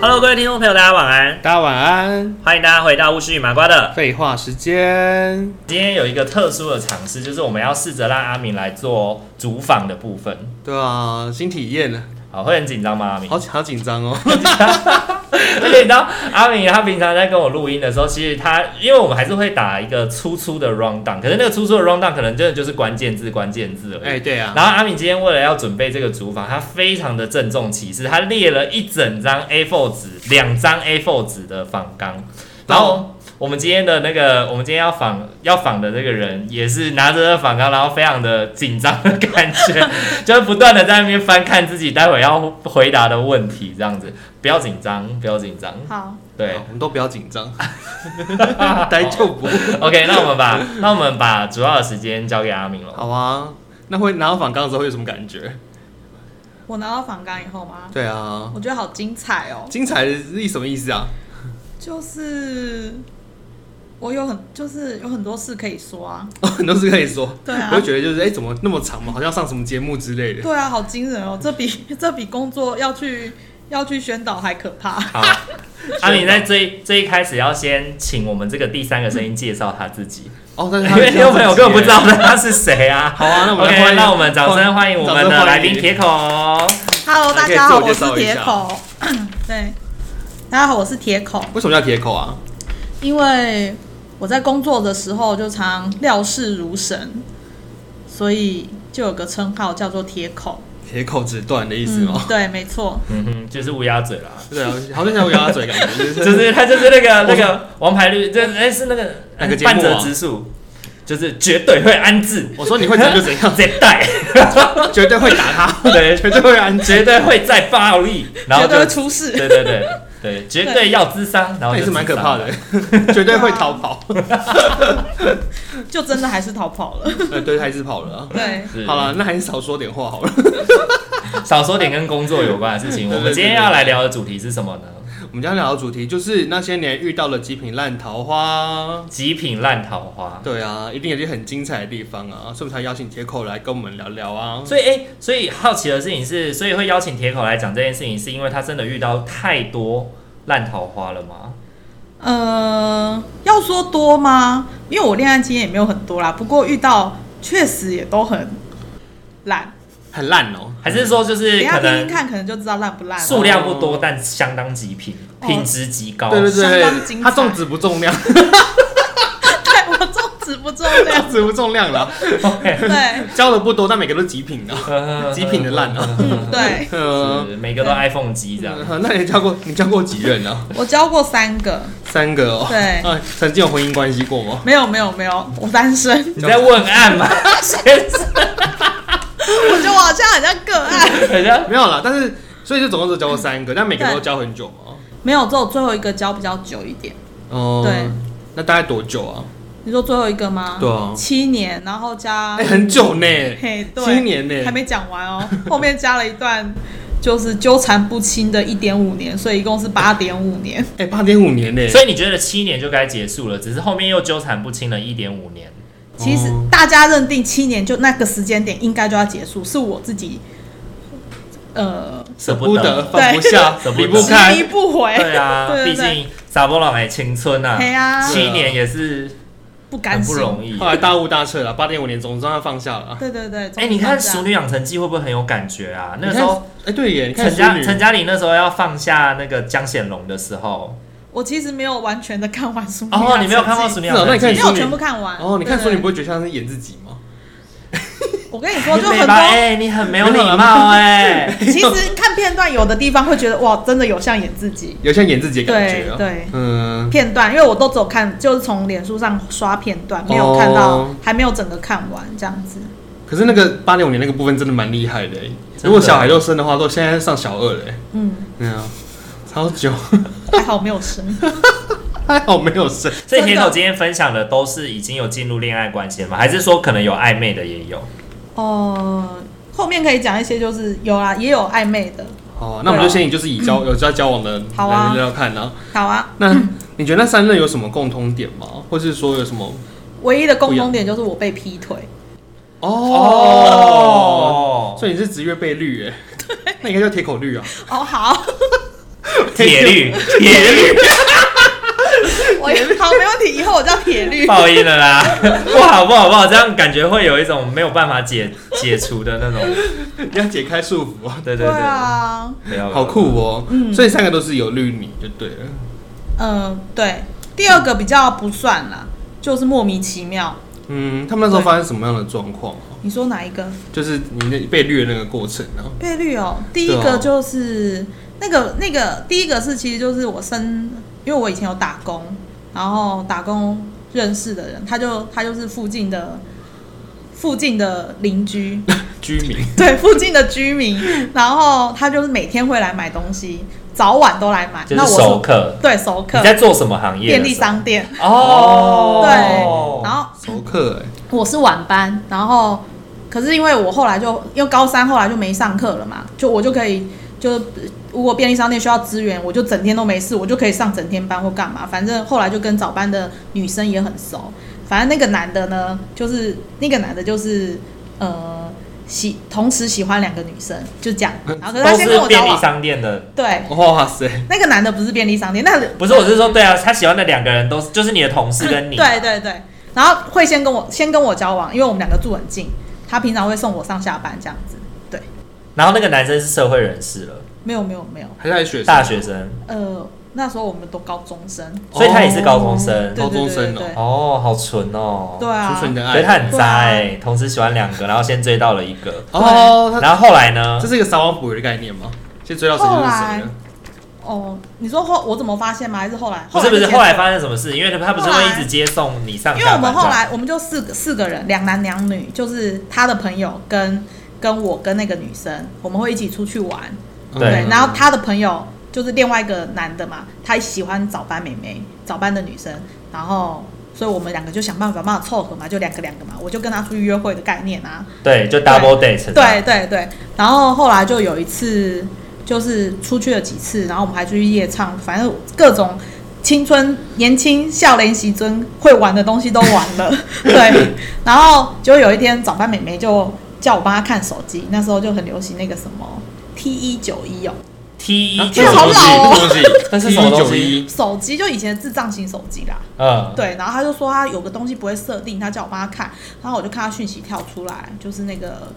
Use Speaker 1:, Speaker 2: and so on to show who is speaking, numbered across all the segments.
Speaker 1: Hello，各位听众朋友，大家晚安，
Speaker 2: 大家晚安。
Speaker 1: 欢迎大家回到巫师与麻瓜的。
Speaker 2: 废话时间，
Speaker 1: 今天有一个特殊的尝试，就是我们要试着让阿明来做主访的部分。
Speaker 2: 对啊，新体验了，
Speaker 1: 好，会很紧张吗？阿明？
Speaker 2: 好好紧张哦。
Speaker 1: 而 且你知道，阿明他平常在跟我录音的时候，其实他因为我们还是会打一个粗粗的 round down，可是那个粗粗的 round down 可能真的就是关键字、关键字而已。
Speaker 2: 哎、对啊，
Speaker 1: 然后阿敏今天为了要准备这个竹访，他非常的郑重其事，他列了一整张 A4 纸，两张 A4 纸的访纲。然后我们今天的那个，我们今天要访要访的那个人，也是拿着这个访纲，然后非常的紧张的感觉，就是不断的在那边翻看自己待会要回答的问题，这样子。不要紧张，不要紧张。
Speaker 3: 好，
Speaker 1: 对
Speaker 2: 好我们都不要紧张，呆就不
Speaker 1: ，OK，那我们把那我们把主要的时间交给阿敏了。
Speaker 2: 好啊。那会拿到反纲的时候会有什么感觉？
Speaker 3: 我拿到访纲以后吗？
Speaker 2: 对啊，
Speaker 3: 我觉得好精彩哦，
Speaker 2: 精彩的是什么意思啊？
Speaker 3: 就是我有很就是有很多事可以说啊，
Speaker 2: 很多事可以说，
Speaker 3: 对啊
Speaker 2: 我会觉得就是哎、怎么那么长嘛，好像上什么节目之类的。
Speaker 3: 对啊，好惊人哦，这比 这比工作要去要去宣导还可怕。
Speaker 1: 好，阿敏在最最一开始要先请我们这个第三个声音介绍他自己，
Speaker 2: 哦，但是
Speaker 1: 因
Speaker 2: 他们
Speaker 1: 为听众朋友根本不知道
Speaker 2: 这样
Speaker 1: 他是谁啊。
Speaker 2: 子耶。好啊，那我们来
Speaker 1: OK，
Speaker 2: 欢迎
Speaker 1: 那我们掌声欢迎我们
Speaker 2: 掌声
Speaker 1: 的
Speaker 2: 欢
Speaker 1: 来
Speaker 2: 迎
Speaker 1: 宾铁口。
Speaker 3: Hello，
Speaker 2: 还
Speaker 3: 大
Speaker 2: 可以
Speaker 3: 家
Speaker 2: 自我
Speaker 3: 好，我
Speaker 2: 介绍
Speaker 3: 是铁口。 对，大家好，我是铁口，
Speaker 2: 为什么叫铁口啊？
Speaker 3: 因为我在工作的时候就常料事如神，所以就有个称号叫做铁口。
Speaker 2: 铁口直断的意思吗？
Speaker 3: 嗯，对，没错。
Speaker 1: 嗯哼，就是乌鸦嘴啦，
Speaker 2: 对啊，好像想咬他嘴的感觉，就是
Speaker 1: 就是他就是那个那个王牌律，这哎是那个
Speaker 2: 哪个节目啊
Speaker 1: 半泽直树，就是绝对会安置，
Speaker 2: 我说你会怎样就怎样，
Speaker 1: 绝对
Speaker 2: 绝对会打他，
Speaker 1: 对，
Speaker 2: 绝 对会安全。
Speaker 1: 绝对会再暴力，然后
Speaker 3: 绝对
Speaker 1: 就
Speaker 3: 会出事。
Speaker 1: 对对对对，绝对要智商，然后
Speaker 2: 那也
Speaker 1: 就是
Speaker 2: 蛮可怕
Speaker 1: 智商
Speaker 2: 的， 绝对会逃跑。
Speaker 3: 就真的还是逃跑了。
Speaker 2: 呃，对，还是跑了啊。
Speaker 3: 对，
Speaker 1: 是
Speaker 2: 好了，那还是少说点话好了。
Speaker 1: 少说点跟工作有关的事情。
Speaker 2: 对对
Speaker 1: 我们今天要来聊的主题是什么呢？
Speaker 2: 我们今天聊的主题就是那些年遇到了极品烂桃花。
Speaker 1: 极品烂桃花。
Speaker 2: 对啊，一定有些很精彩的地方啊，所以我们才邀请铁口来跟我们聊聊啊。
Speaker 1: 所以，哎、所以好奇的事情是，所以会邀请铁口来讲这件事情，是因为他真的遇到太多烂桃花了吗？
Speaker 3: 呃，要说多吗？因为我恋爱经验也没有很多啦，不过遇到确实也都很烂。
Speaker 2: 很烂哦，
Speaker 1: 还是说，就
Speaker 3: 等
Speaker 1: 是
Speaker 3: 一
Speaker 1: 可
Speaker 3: 下听听
Speaker 1: 能
Speaker 3: 看，可能就知道烂不烂了。
Speaker 1: 数量不多，但相当极品，品质极高？
Speaker 2: 对对
Speaker 3: 相当精
Speaker 2: 对，他
Speaker 3: 彩
Speaker 2: 重质不重量，
Speaker 3: 对我重质不重 量。
Speaker 2: 重质不重量啦，
Speaker 1: OK，
Speaker 3: 对，
Speaker 2: 教的不多，但每个都极品啊，极品的烂啊。
Speaker 3: 嗯，对，
Speaker 2: 呃，
Speaker 1: 是每个都 iPhone 机这样。
Speaker 2: 那你教过你教过几任啊？
Speaker 3: 我交过三个，
Speaker 2: 三个哦。
Speaker 3: 对
Speaker 2: 啊，曾经有婚姻关系过吗？
Speaker 3: 没有没有没有，我单身，
Speaker 1: 你在问案吗？先生，
Speaker 3: 我觉得我好像很像个 案。
Speaker 1: 等一下
Speaker 2: 没有啦，但是所以就总共只交过三个，但每个都交很久嘛。
Speaker 3: 没有，只有最后一个交比较久一点。
Speaker 2: 哦
Speaker 3: 对，
Speaker 2: 那大概多久啊？
Speaker 3: 你说最后一个吗？
Speaker 2: 对啊
Speaker 3: 七年，然后加
Speaker 2: 哎、很久呢，
Speaker 3: 啊嘿，对，
Speaker 2: 七年呢，
Speaker 3: 还没讲完哦，后面加了一段就是纠缠不清的一点五年，所以一共是八点五年。
Speaker 2: 哎，八点五年呢，
Speaker 1: 所以你觉得七年就该结束了，只是后面又纠缠不清了一点五年。
Speaker 3: 其实
Speaker 2: 哦
Speaker 3: 大家认定七年就那个时间点应该就要结束，是我自己呃
Speaker 1: 舍
Speaker 2: 不
Speaker 1: 不
Speaker 2: 得
Speaker 1: 得。
Speaker 2: 放不下
Speaker 1: 对，
Speaker 2: 离
Speaker 1: 舍
Speaker 2: 不
Speaker 1: 不
Speaker 3: 执迷
Speaker 2: 开。
Speaker 3: 不悔，
Speaker 1: 对啊，
Speaker 3: 对
Speaker 1: 毕
Speaker 3: 对对，
Speaker 1: 竟傻波老没青春呐、
Speaker 3: 嘿啊
Speaker 1: 七年也是
Speaker 3: 不甘
Speaker 1: 很不
Speaker 3: 心，
Speaker 1: 容易
Speaker 2: 后。来大悟大彻了，八点五年总算他放下了啊。
Speaker 3: 对对对。
Speaker 1: 哎、你看《
Speaker 3: 总
Speaker 1: 熟
Speaker 3: 之
Speaker 1: 女养成记》会不会很有感觉啊？那
Speaker 2: 你
Speaker 1: 个
Speaker 2: 看
Speaker 1: 时候，，
Speaker 2: 哎，对耶，你看
Speaker 1: 陈嘉
Speaker 2: 淑女
Speaker 1: 陈嘉玲那时候要放下那个江显龙的时候，
Speaker 3: 我其实没有完全的看完书，
Speaker 1: 哦，你没有看过《熟女养
Speaker 2: 是哦那
Speaker 1: 成
Speaker 2: 你
Speaker 1: 记
Speaker 2: 看》淑
Speaker 3: 没有
Speaker 2: 女
Speaker 3: 全部看完。
Speaker 2: 哦，你看
Speaker 3: 对
Speaker 2: 淑女
Speaker 3: 对
Speaker 2: 不会觉得像是演自己吗？
Speaker 3: 我跟你说，就
Speaker 1: 美
Speaker 3: 很
Speaker 1: 吧？哎、
Speaker 3: 多。
Speaker 1: 你很没有礼貌哎、
Speaker 3: 其实看片段有的地方会觉得哇，真的有像演自己。
Speaker 2: 有像演自己的感
Speaker 3: 对
Speaker 2: 觉啊。
Speaker 3: 对。
Speaker 2: 嗯，
Speaker 3: 片段，因为我都只有看，就是从脸书上刷片段，没有看到，
Speaker 2: 哦
Speaker 3: 还没有整个看完这样子。
Speaker 2: 可是那个八点五年那个部分真的蛮厉害的耶，欸如果小孩都生的话，都现欸在上小二了耶。
Speaker 3: 嗯，
Speaker 2: 对啊，超久。
Speaker 3: 还好没有生。
Speaker 2: 还好没有生。
Speaker 1: 所以
Speaker 3: 真的
Speaker 1: 铁口今天分享的都是已经有进入恋爱关系了吗？还是说可能有暧昧的也有？
Speaker 3: 呃，后面可以讲一些，就是有啊，也有暧昧的。
Speaker 2: 哦，那我们就先以就是以交有在交往的
Speaker 3: 好啊
Speaker 2: 来聊聊看啊。
Speaker 3: 好啊，
Speaker 2: 那你觉得那三任有什么共通点吗？或是说有什么？
Speaker 3: 唯一的共同点就是我被劈腿。
Speaker 2: 哦，所以你是职业被绿哎，那应该叫铁口绿啊。
Speaker 3: 哦，好，
Speaker 1: 铁律，铁律，
Speaker 3: 我 好没问题，以后我叫铁律。
Speaker 1: 爆音了啦！ 不好，不好，不好，这样感觉会有一种没有办法解解除的那种。
Speaker 2: 你要解开束缚啊，
Speaker 1: 对对
Speaker 3: 对
Speaker 1: 对，
Speaker 3: 啊，
Speaker 1: 不要
Speaker 2: 好酷！哦。
Speaker 3: 嗯
Speaker 2: 所以三个都是有绿你就对了。
Speaker 3: 嗯，对，第二个比较不算啦，就是莫名其妙。
Speaker 2: 嗯，他们那时候发生什么样的状况啊？
Speaker 3: 你说哪一个？
Speaker 2: 就是你那被绿的那个过程啊。
Speaker 3: 倍率哦，第一
Speaker 2: 对
Speaker 1: 啊
Speaker 3: 个
Speaker 2: 哦
Speaker 3: 就是、那个那个第一个是，其实就是我生，因为我以前有打工，然后打工认识的人，他就他就是附近的附近的 邻居，
Speaker 2: 居民
Speaker 3: 对附近的居民，然后他就是每天会来买东西，早晚都来买。
Speaker 1: 就
Speaker 3: 那
Speaker 1: 是
Speaker 3: 我
Speaker 1: 熟客。
Speaker 3: 对熟
Speaker 1: 你
Speaker 3: 客，
Speaker 1: 在做什么行业？
Speaker 3: 便利。商店，
Speaker 1: 哦，
Speaker 3: 对，然后
Speaker 2: 熟客哎，
Speaker 3: 我是晚班，然后可是因为我后来就因为高三后来就没上课了嘛，就我就可以就如果便利商店需要资源，我就整天都没事，我就可以上整天班或干嘛，反正后来就跟早班的女生也很熟。反正那个男的呢，就是那个男的就是呃喜同时喜欢两个女生，就这样。然后可是他
Speaker 1: 都
Speaker 3: 先跟
Speaker 1: 是
Speaker 3: 我交
Speaker 1: 便利
Speaker 3: 往，
Speaker 1: 商店的。
Speaker 3: 对，
Speaker 2: 哇塞，
Speaker 3: 那个男的不是便利商店，那个
Speaker 1: 不是，我是说，对啊，他喜欢的两个人都是，就是你的同事跟你。 啊
Speaker 3: 对。对对，然后会先跟我先跟我交往，因为我们两个住很近，他平常会送我上下班这样子。对，
Speaker 1: 然后那个男生是社会人士了，
Speaker 3: 没有没有没有，
Speaker 2: 还是还是学生
Speaker 1: 大学生，
Speaker 3: 呃，那时候我们都高中生，
Speaker 1: 所以他也是高中生。
Speaker 3: 对
Speaker 2: 高中
Speaker 3: 对对
Speaker 2: 生
Speaker 3: 对
Speaker 2: 哦，
Speaker 1: 哦，好纯哦。
Speaker 3: 对
Speaker 2: 纯
Speaker 3: 啊，
Speaker 2: 纯的爱，
Speaker 1: 所以他很渣哎，同时喜欢两个，然后先追到了一个，
Speaker 2: 哦，他
Speaker 1: 然后后来呢
Speaker 2: 这？是一个撒网捕鱼的概念吗？先追到谁就是谁了。
Speaker 3: 哦，你说后我怎么发现吗？还是后来？
Speaker 1: 不是不是，
Speaker 3: 后
Speaker 1: 后来
Speaker 3: 发，
Speaker 1: 发生什么事？因为他不是会一直接送你上
Speaker 3: 因为
Speaker 1: 下班
Speaker 3: 我
Speaker 1: 这样。
Speaker 3: 们后来我们就四个四个人，两男两女，就是他的朋友跟跟我跟那个女生，我们会一起出去玩，
Speaker 1: 对
Speaker 3: 对，然后他的朋友就是另外一个男的嘛，他喜欢早班妹妹，早班的女生，然后所以我们两个就想办法帮他凑合嘛，就两个两个嘛，我就跟他出去约会的概念啊，
Speaker 1: 对，就 double date。
Speaker 3: 对，对对，然后后来就有一次就是出去了几次，然后我们还去夜唱，反正各种。青春、年轻、笑脸、喜尊会玩的东西都玩了，对。然后就有一天，早班妹妹就叫我帮她看手机，那时候就很流行那个什么 T 一九一哦，
Speaker 1: T 一
Speaker 3: 这个好老哦
Speaker 2: 啊这 是什么东西？
Speaker 1: 那是什么东西
Speaker 2: 9191
Speaker 3: 手机就以前的智障型手机啦，
Speaker 1: 嗯，
Speaker 3: 对，然后他就说他有个东西不会设定，他叫我帮他看，然后我就看他讯息跳出来，就是那个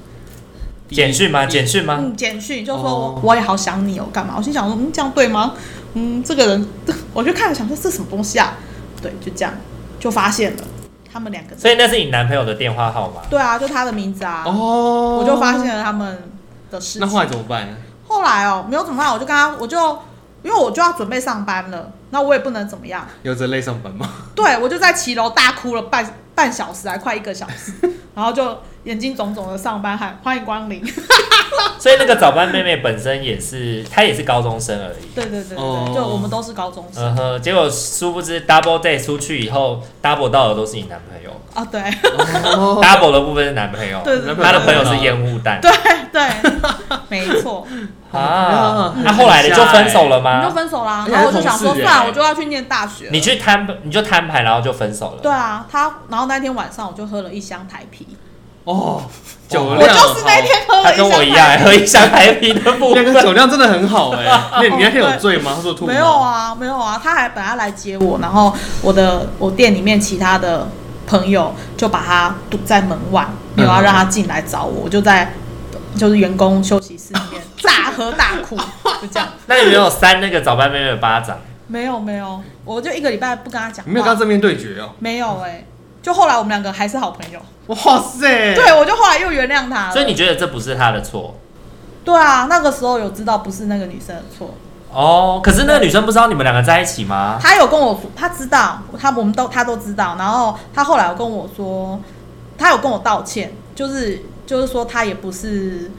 Speaker 1: 简讯吗？简讯吗？
Speaker 3: 嗯简讯，就说
Speaker 2: 啊哦
Speaker 3: 我也好想你哦，干嘛？我心想说，嗯，这样对吗？嗯，这个人，我就看了想说这什么东西啊？对，就这样就发现了他们两个，
Speaker 1: 所以那是你男朋友的电话号码。
Speaker 3: 对啊，就他的名字啊，
Speaker 2: 哦，
Speaker 3: 我就发。现了他们的事
Speaker 2: 那
Speaker 3: 情
Speaker 2: 后。来怎么办呢？
Speaker 3: 后来哦，没有怎么办，我就跟他，我就因为我就要准备上班了，那我也不能怎么样。
Speaker 2: 流着泪上班吗？
Speaker 3: 对，我就在骑楼大哭了半半小时，还快一个小时， 然后就眼睛肿肿的上班，喊欢迎光临。
Speaker 1: 所以那个早班妹妹本身也是，她也是高中生而已。
Speaker 3: 对对对对对，
Speaker 2: 哦
Speaker 3: 就我们都是高中生
Speaker 1: 嗯哼，结果殊不知 double day 出去以后，double 到的都是你男朋友、
Speaker 3: 啊，对
Speaker 2: 哦，
Speaker 1: d o u b l e 的部分是男朋友，
Speaker 3: 对对
Speaker 1: 他的朋友是
Speaker 2: 演
Speaker 1: 烟雾弹
Speaker 3: 对对，没 错，
Speaker 1: 啊。
Speaker 2: 嗯
Speaker 1: 那后来你就分手了
Speaker 3: 我们就
Speaker 1: 吗？
Speaker 3: 分手啦。
Speaker 2: 而且
Speaker 3: 然
Speaker 2: 还
Speaker 3: 后我就想说，
Speaker 2: 同事
Speaker 3: 算
Speaker 2: 耶
Speaker 3: 了，我就要去念大学了。
Speaker 1: 你去摊，你就摊牌，然后就分手
Speaker 3: 对
Speaker 1: 了。
Speaker 3: 啊，他，然后那天晚上我就喝了一箱台啤，
Speaker 2: 哦，酒
Speaker 1: 我
Speaker 3: 我
Speaker 2: 量好，
Speaker 3: 就是那天喝
Speaker 1: 他
Speaker 3: 了一
Speaker 1: 跟
Speaker 3: 箱
Speaker 1: 我一样，还
Speaker 3: 台啤。
Speaker 1: 喝一箱台啤的部
Speaker 2: 哦那
Speaker 1: 分
Speaker 2: 个。酒量真的很好 哎。那你那天有醉吗？他说吐吗
Speaker 3: 没有，啊，没有啊，他还本来来接我，然后我的我店里面其他的朋友就把他堵在门外，没有
Speaker 2: 嗯
Speaker 3: 要让他进来找我，我就在就是员工休息室里 面大喝大哭，就这样。
Speaker 1: 那你没有扇那个早班妹妹的巴掌？
Speaker 3: 没有没有，我就一个礼拜不跟他讲话，
Speaker 2: 你没有跟他正面对决哦。
Speaker 3: 没有哎、就后来我们两个还是好朋友，
Speaker 2: 哇塞，
Speaker 3: 对我就后来又原谅他了。
Speaker 1: 所以你觉得这不是他的错
Speaker 3: 对啊，那个时候有知道不是那个女生的错，
Speaker 1: 哦？可是那个女生不知道你们两个在一起吗？
Speaker 3: 他有跟我说，他知道，他我们都他都知道。然后他后来有跟我说，他有跟我道歉，就是就是说他也不是，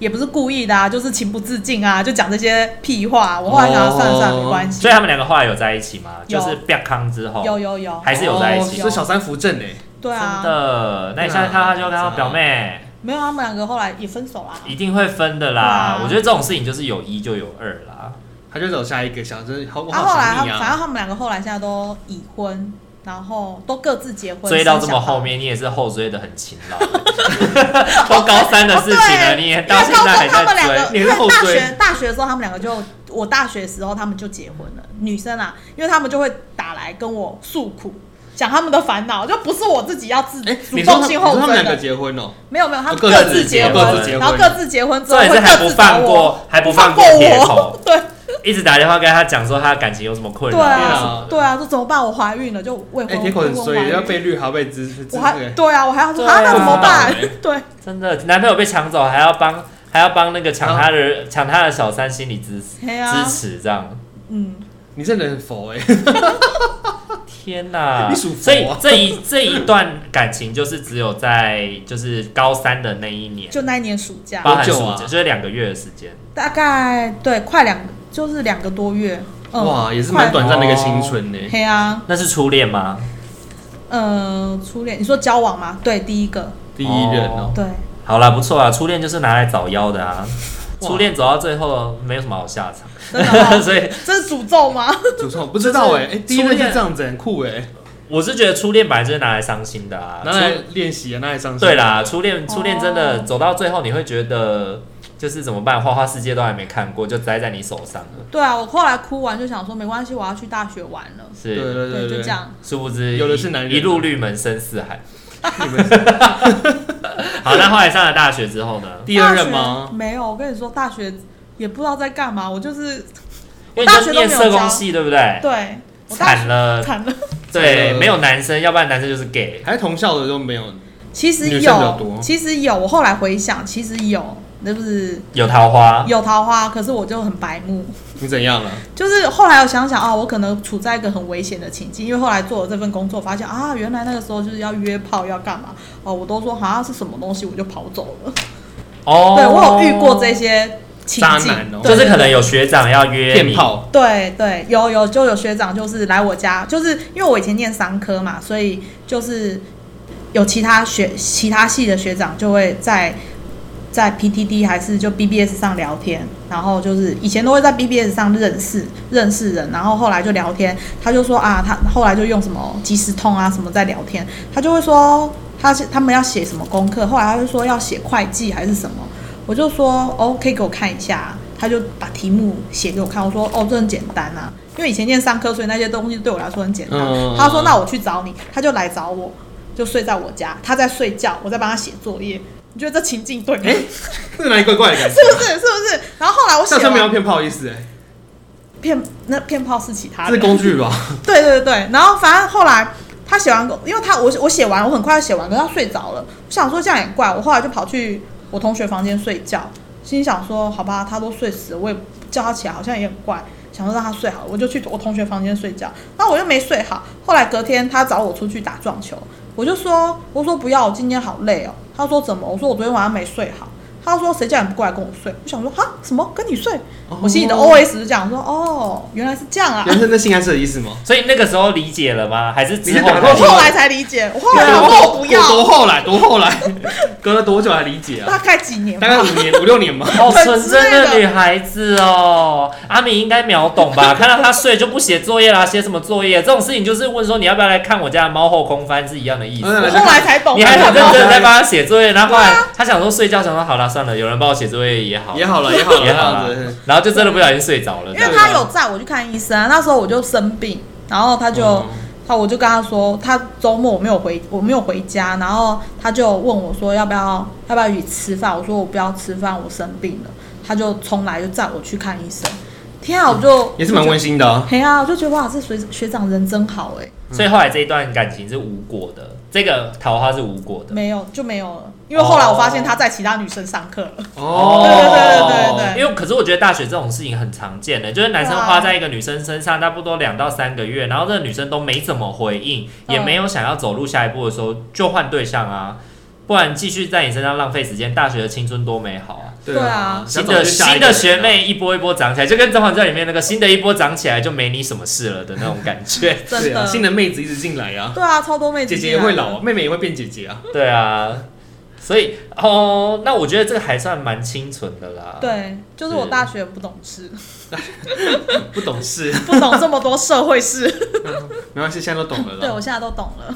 Speaker 3: 也不是故意的啊，就是情不自禁啊，就讲这些屁话。我后来想啊，算了算了，没关系
Speaker 1: 哦所以。他们两个后来有在一起吗？就
Speaker 3: 有
Speaker 1: 是变康之后，
Speaker 3: 有有有，
Speaker 1: 还是有在一起
Speaker 2: 哦是小三扶正哎，
Speaker 3: 对
Speaker 1: 真
Speaker 3: 啊，
Speaker 1: 的。那你下次看到他就跟他说表妹，
Speaker 3: 没有他们两个后来也分手啦。
Speaker 1: 一定会分的啦。
Speaker 3: 啊
Speaker 1: 我觉得这种事情就是有一就有二啦。
Speaker 2: 他就走下一个，想真好
Speaker 3: 啊，后来
Speaker 2: 好神
Speaker 3: 他
Speaker 2: 秘
Speaker 3: 们反
Speaker 2: 啊。
Speaker 3: 正他们两个后来现在都已婚，然后都各自结婚，
Speaker 1: 追到这
Speaker 3: 生小
Speaker 1: 么
Speaker 3: 孩
Speaker 1: 后，面，你也是后追的很勤 劳，都高三的事情了，
Speaker 3: 哦对，
Speaker 1: 你
Speaker 3: 因
Speaker 1: 也
Speaker 3: 为
Speaker 1: 到
Speaker 3: 高
Speaker 1: 现在还
Speaker 3: 中他们
Speaker 1: 在
Speaker 3: 两
Speaker 1: 追。
Speaker 3: 个，
Speaker 2: 你
Speaker 3: 因
Speaker 2: 是
Speaker 3: 为
Speaker 2: 后
Speaker 3: 大
Speaker 2: 追
Speaker 3: 学大学的时候他们两个就，我大学的时候他们就结婚了，女生啊，因为他们就会打来跟我诉苦。讲他们的烦恼，就不是我自己要自
Speaker 2: 哎，
Speaker 3: 主
Speaker 2: 你说他
Speaker 3: 动
Speaker 2: 们你
Speaker 3: 性后
Speaker 2: 说他们
Speaker 3: 追
Speaker 2: 两个
Speaker 3: 的，
Speaker 2: 结婚哦？
Speaker 3: 没有没有，他们
Speaker 2: 哦各
Speaker 3: 各
Speaker 2: 自
Speaker 3: 自
Speaker 1: 结
Speaker 3: 结
Speaker 1: 婚
Speaker 3: 婚，然后各自结婚之
Speaker 1: 重
Speaker 3: 后
Speaker 1: 点
Speaker 3: 会
Speaker 1: 是还不
Speaker 3: 各自找
Speaker 1: 放
Speaker 3: 我，
Speaker 1: 过，还不
Speaker 3: 不
Speaker 1: 放过
Speaker 3: 过
Speaker 1: 铁头
Speaker 3: 我，，对，
Speaker 1: 一直打电话跟他讲说他感情有什么困扰
Speaker 3: 对
Speaker 1: 什
Speaker 3: 啊
Speaker 1: 么，的。
Speaker 3: 对啊，说怎么办？我怀孕了，就未
Speaker 2: 哎，
Speaker 3: 婚，
Speaker 2: 铁口很
Speaker 3: 未婚怀
Speaker 2: 衰，
Speaker 3: 孕
Speaker 2: 要被绿，还要被支支
Speaker 3: 我
Speaker 2: 那
Speaker 3: 还
Speaker 2: 个
Speaker 3: 对啊，我还要说
Speaker 1: 对啊
Speaker 3: 啊，那怎么办
Speaker 2: 知道？
Speaker 3: 对，
Speaker 1: 真的，男朋友被抢走还要帮，还要帮那个抢他的抢他的小三心理支持
Speaker 3: 哎呀
Speaker 1: 支，持这样。
Speaker 3: 嗯，
Speaker 2: 你这人很佛哎，
Speaker 1: 天呐！
Speaker 2: 你属佛啊
Speaker 1: 所以这一这一段感情就是只有在就是高三的那一年，
Speaker 3: 就那一年暑假，
Speaker 1: 包含暑
Speaker 2: 多久
Speaker 1: 假，
Speaker 2: 啊
Speaker 1: 就是两个月的时间。
Speaker 3: 大概对，快两就是两个多月，嗯，
Speaker 2: 哇，也是蛮
Speaker 3: 快。哦
Speaker 2: 短暂的一个青春呢。
Speaker 3: 嘿啊，
Speaker 1: 那是初恋吗？
Speaker 3: 呃，初恋，你说交往吗？对，第一个，
Speaker 2: 第一任哦，
Speaker 3: 对，
Speaker 1: 好啦，不错啊，初恋就是拿来找妖的啊。
Speaker 2: 哇
Speaker 1: 初恋走到最后没有什么好下场，
Speaker 3: 真的 吗，
Speaker 1: 所以
Speaker 3: 这是诅咒吗？
Speaker 2: 主创不知道哎，
Speaker 1: 就是
Speaker 2: 哎，第一任
Speaker 1: 初
Speaker 2: 是
Speaker 1: 恋
Speaker 2: 这样子，很酷哎，
Speaker 1: 我是觉得初恋本来就是拿来伤心的啊。
Speaker 2: 拿来
Speaker 1: 初
Speaker 2: 练习啊，拿来上
Speaker 1: 对啦，初恋初恋真的
Speaker 3: 哦
Speaker 1: 走到最后，你会觉得就是怎么办，花花世界都还没看过，就栽在你手上了。
Speaker 3: 对啊，我后来哭完就想说，没关系，我要去大学玩了，
Speaker 2: 对
Speaker 1: 是，
Speaker 2: 对对
Speaker 3: 对，
Speaker 2: 对，
Speaker 3: 就这样。
Speaker 1: 殊不知
Speaker 2: 有的
Speaker 1: 一
Speaker 2: 是男人啊
Speaker 1: 一路绿门深似海。
Speaker 2: 你们
Speaker 1: 好，那后来上了大学之后呢？
Speaker 2: 第二任
Speaker 3: 大
Speaker 2: 吗
Speaker 3: 学？？没有，我跟你说，大学也不知道在干嘛，我 就是
Speaker 1: 因为
Speaker 3: 我
Speaker 1: 你
Speaker 3: 大
Speaker 1: 都
Speaker 3: 学都
Speaker 1: 念
Speaker 3: 没有
Speaker 1: 社工
Speaker 3: 教
Speaker 1: 系，对不对？
Speaker 3: 对，我大
Speaker 1: 惨
Speaker 3: 学
Speaker 1: 了，
Speaker 3: 惨了。
Speaker 1: 对，
Speaker 2: 惨了
Speaker 1: 没有男生，要不然男生就是 gay。
Speaker 2: 还是同校的都没有，
Speaker 3: 其实
Speaker 2: 女生比较
Speaker 3: 有
Speaker 2: 多，
Speaker 3: 其实有。我后来回想，其实有，那不是
Speaker 1: 有桃花，
Speaker 3: 有桃花，可是我就很白目。
Speaker 2: 你怎样了？
Speaker 3: 就是后来我想想啊，我可能处在一个很危险的情境，因为后来做了这份工作，发现啊，原来那个时候就是要约炮，要干嘛哦，我都说好像是什么东西，我就跑走了。
Speaker 1: 哦，
Speaker 3: 对我有遇过这，些情
Speaker 2: 渣
Speaker 3: 境，
Speaker 2: 男哦
Speaker 3: 对
Speaker 1: 就是可能有学长要约
Speaker 2: 骗
Speaker 1: 你，
Speaker 2: 炮，
Speaker 3: 对对，有有就有学长就是来我家，就是因为我以前念商科嘛，所以就是有其他学其他系的学长就会在在 PTD 还是就 BBS 上聊天，然后就是以前都会在 BBS 上认识认识人，然后后来就聊天，他就说啊，他后来就用什么即时通啊什么在聊天，他就会说他是他们要写什么功课，后来他就说要写会计还是什么，我就说哦，可以给我看一下，他就把题目写给我看，我说哦，这很简单啊，因为以前念商科，所以那些东西对我来说很简单。
Speaker 2: 嗯
Speaker 3: 他说那我去找你，他就来找我，就睡在我家，他在睡觉，我在帮他写作业。你觉得这情境对吗？是
Speaker 2: 这哪里怪怪的感觉？
Speaker 3: 不是？是不是？然后后来我写
Speaker 2: 上升没有
Speaker 3: 完
Speaker 2: 骗炮的意思哎，
Speaker 3: 骗那骗炮是其他
Speaker 2: 这
Speaker 3: 的
Speaker 2: 是工具吧？
Speaker 3: 对对对，然后反正后来他写完，因为他我我写完，我很快就写完，可是他睡着了。我想说这样也怪，我后来就跑去我同学房间睡觉，心想说好吧，他都睡死了，我也叫他起来好像也很怪，想说让他睡好了，我就去我同学房间睡觉。然后我又没睡好，后来隔天他找我出去打撞球，我就说我说不要，我今天好累哦。他说怎么？我说我昨天晚上没睡好。他说谁叫你不过来跟我睡？我想说哈什么跟你睡？我心里的
Speaker 2: 哦
Speaker 3: OS 就讲说哦原来是这样啊。
Speaker 2: 原来是那性暗示的意思吗？
Speaker 1: 所以那个时候理解了吗？还是之后哦
Speaker 2: 你是打
Speaker 1: 才
Speaker 2: 过
Speaker 3: 我
Speaker 2: 去
Speaker 1: 理
Speaker 3: 后来才理解，我后
Speaker 2: 对
Speaker 3: 来
Speaker 2: 啊
Speaker 3: 想说我不
Speaker 2: 多多
Speaker 3: 要，
Speaker 2: 后来，多后来， 隔了多久才理解
Speaker 3: 大
Speaker 2: 啊？
Speaker 3: 概几年
Speaker 2: 大
Speaker 3: 吧。
Speaker 2: 概五年、五六年吧。
Speaker 1: 好
Speaker 3: 很
Speaker 1: 纯
Speaker 3: 之
Speaker 1: 真
Speaker 3: 类
Speaker 1: 的
Speaker 3: 的
Speaker 1: 女孩子哦，阿敏应该秒懂吧？看到她睡就不写作业啦，写什么作业？这种事情就是问说你要不要来看我家的猫后空翻是一样的意思。
Speaker 3: 我
Speaker 2: 嗯
Speaker 3: 后来才懂，
Speaker 1: 你还很认真
Speaker 2: 的
Speaker 3: 哦
Speaker 1: 地在帮他写作业，然后后
Speaker 3: 啊
Speaker 1: 来他想说睡觉，想说好了算了，有人帮我写作业也好，
Speaker 2: 也好了，也好了，
Speaker 1: 也
Speaker 2: 也
Speaker 1: 好
Speaker 2: 好
Speaker 1: 啦
Speaker 2: 了。
Speaker 1: 然后就真的不小心睡着了。
Speaker 3: 因
Speaker 1: 这样
Speaker 3: 为他有在我去看医生啊，那时候我就生病，然后他就、
Speaker 2: 嗯
Speaker 3: 他我就跟他说，他周末我没有回我没有回家，然后他就问我说要不要要不要一起吃饭，我说我不要吃饭，我生病了，他就冲来就载我去看医生。天啊，我就
Speaker 2: 嗯也是蛮温。馨的啊。
Speaker 3: 嘿啊，我就觉得哇，这学学长人真好哎、
Speaker 1: 所以后来这一段感情是无果的，这个桃花是无果的。
Speaker 3: 没有就没有了，因为后来我发现他在其他女生上课了。
Speaker 2: 哦，。
Speaker 3: 对对对对对啊
Speaker 1: 因为可是我觉得大学这种事情很常见的，就是男生花在一个女生身上差不多两到三个月，然后这个女生都没怎么回应，
Speaker 3: 嗯
Speaker 1: 也没有想要走入下一步的时候，就换对象啊。不然继续在你身上浪费时间，大学的青春多美好啊！
Speaker 3: 对啊
Speaker 1: 新的新的学，妹一波一波长起来，就跟《甄嬛传》里面那个新的一波长起来就没你什么事了的那种感觉
Speaker 2: 真
Speaker 3: 真的，
Speaker 2: 啊新的妹子一直进来啊，
Speaker 3: 对啊，超多妹子
Speaker 2: 姐姐
Speaker 3: 进
Speaker 2: 也
Speaker 3: 来
Speaker 2: 会
Speaker 3: 的
Speaker 2: 老，啊，妹妹也会变姐姐啊，
Speaker 1: 对啊，所以哦，那我觉得这个还算蛮清纯的啦。，
Speaker 3: 对，就是我
Speaker 1: 啊是
Speaker 3: 大学不懂事，
Speaker 2: 不懂事，
Speaker 3: 不懂这么多社会
Speaker 1: 啊
Speaker 3: 事。
Speaker 2: 没关系，现在都懂了
Speaker 3: 对，
Speaker 2: 啦。
Speaker 3: 我现在都懂了。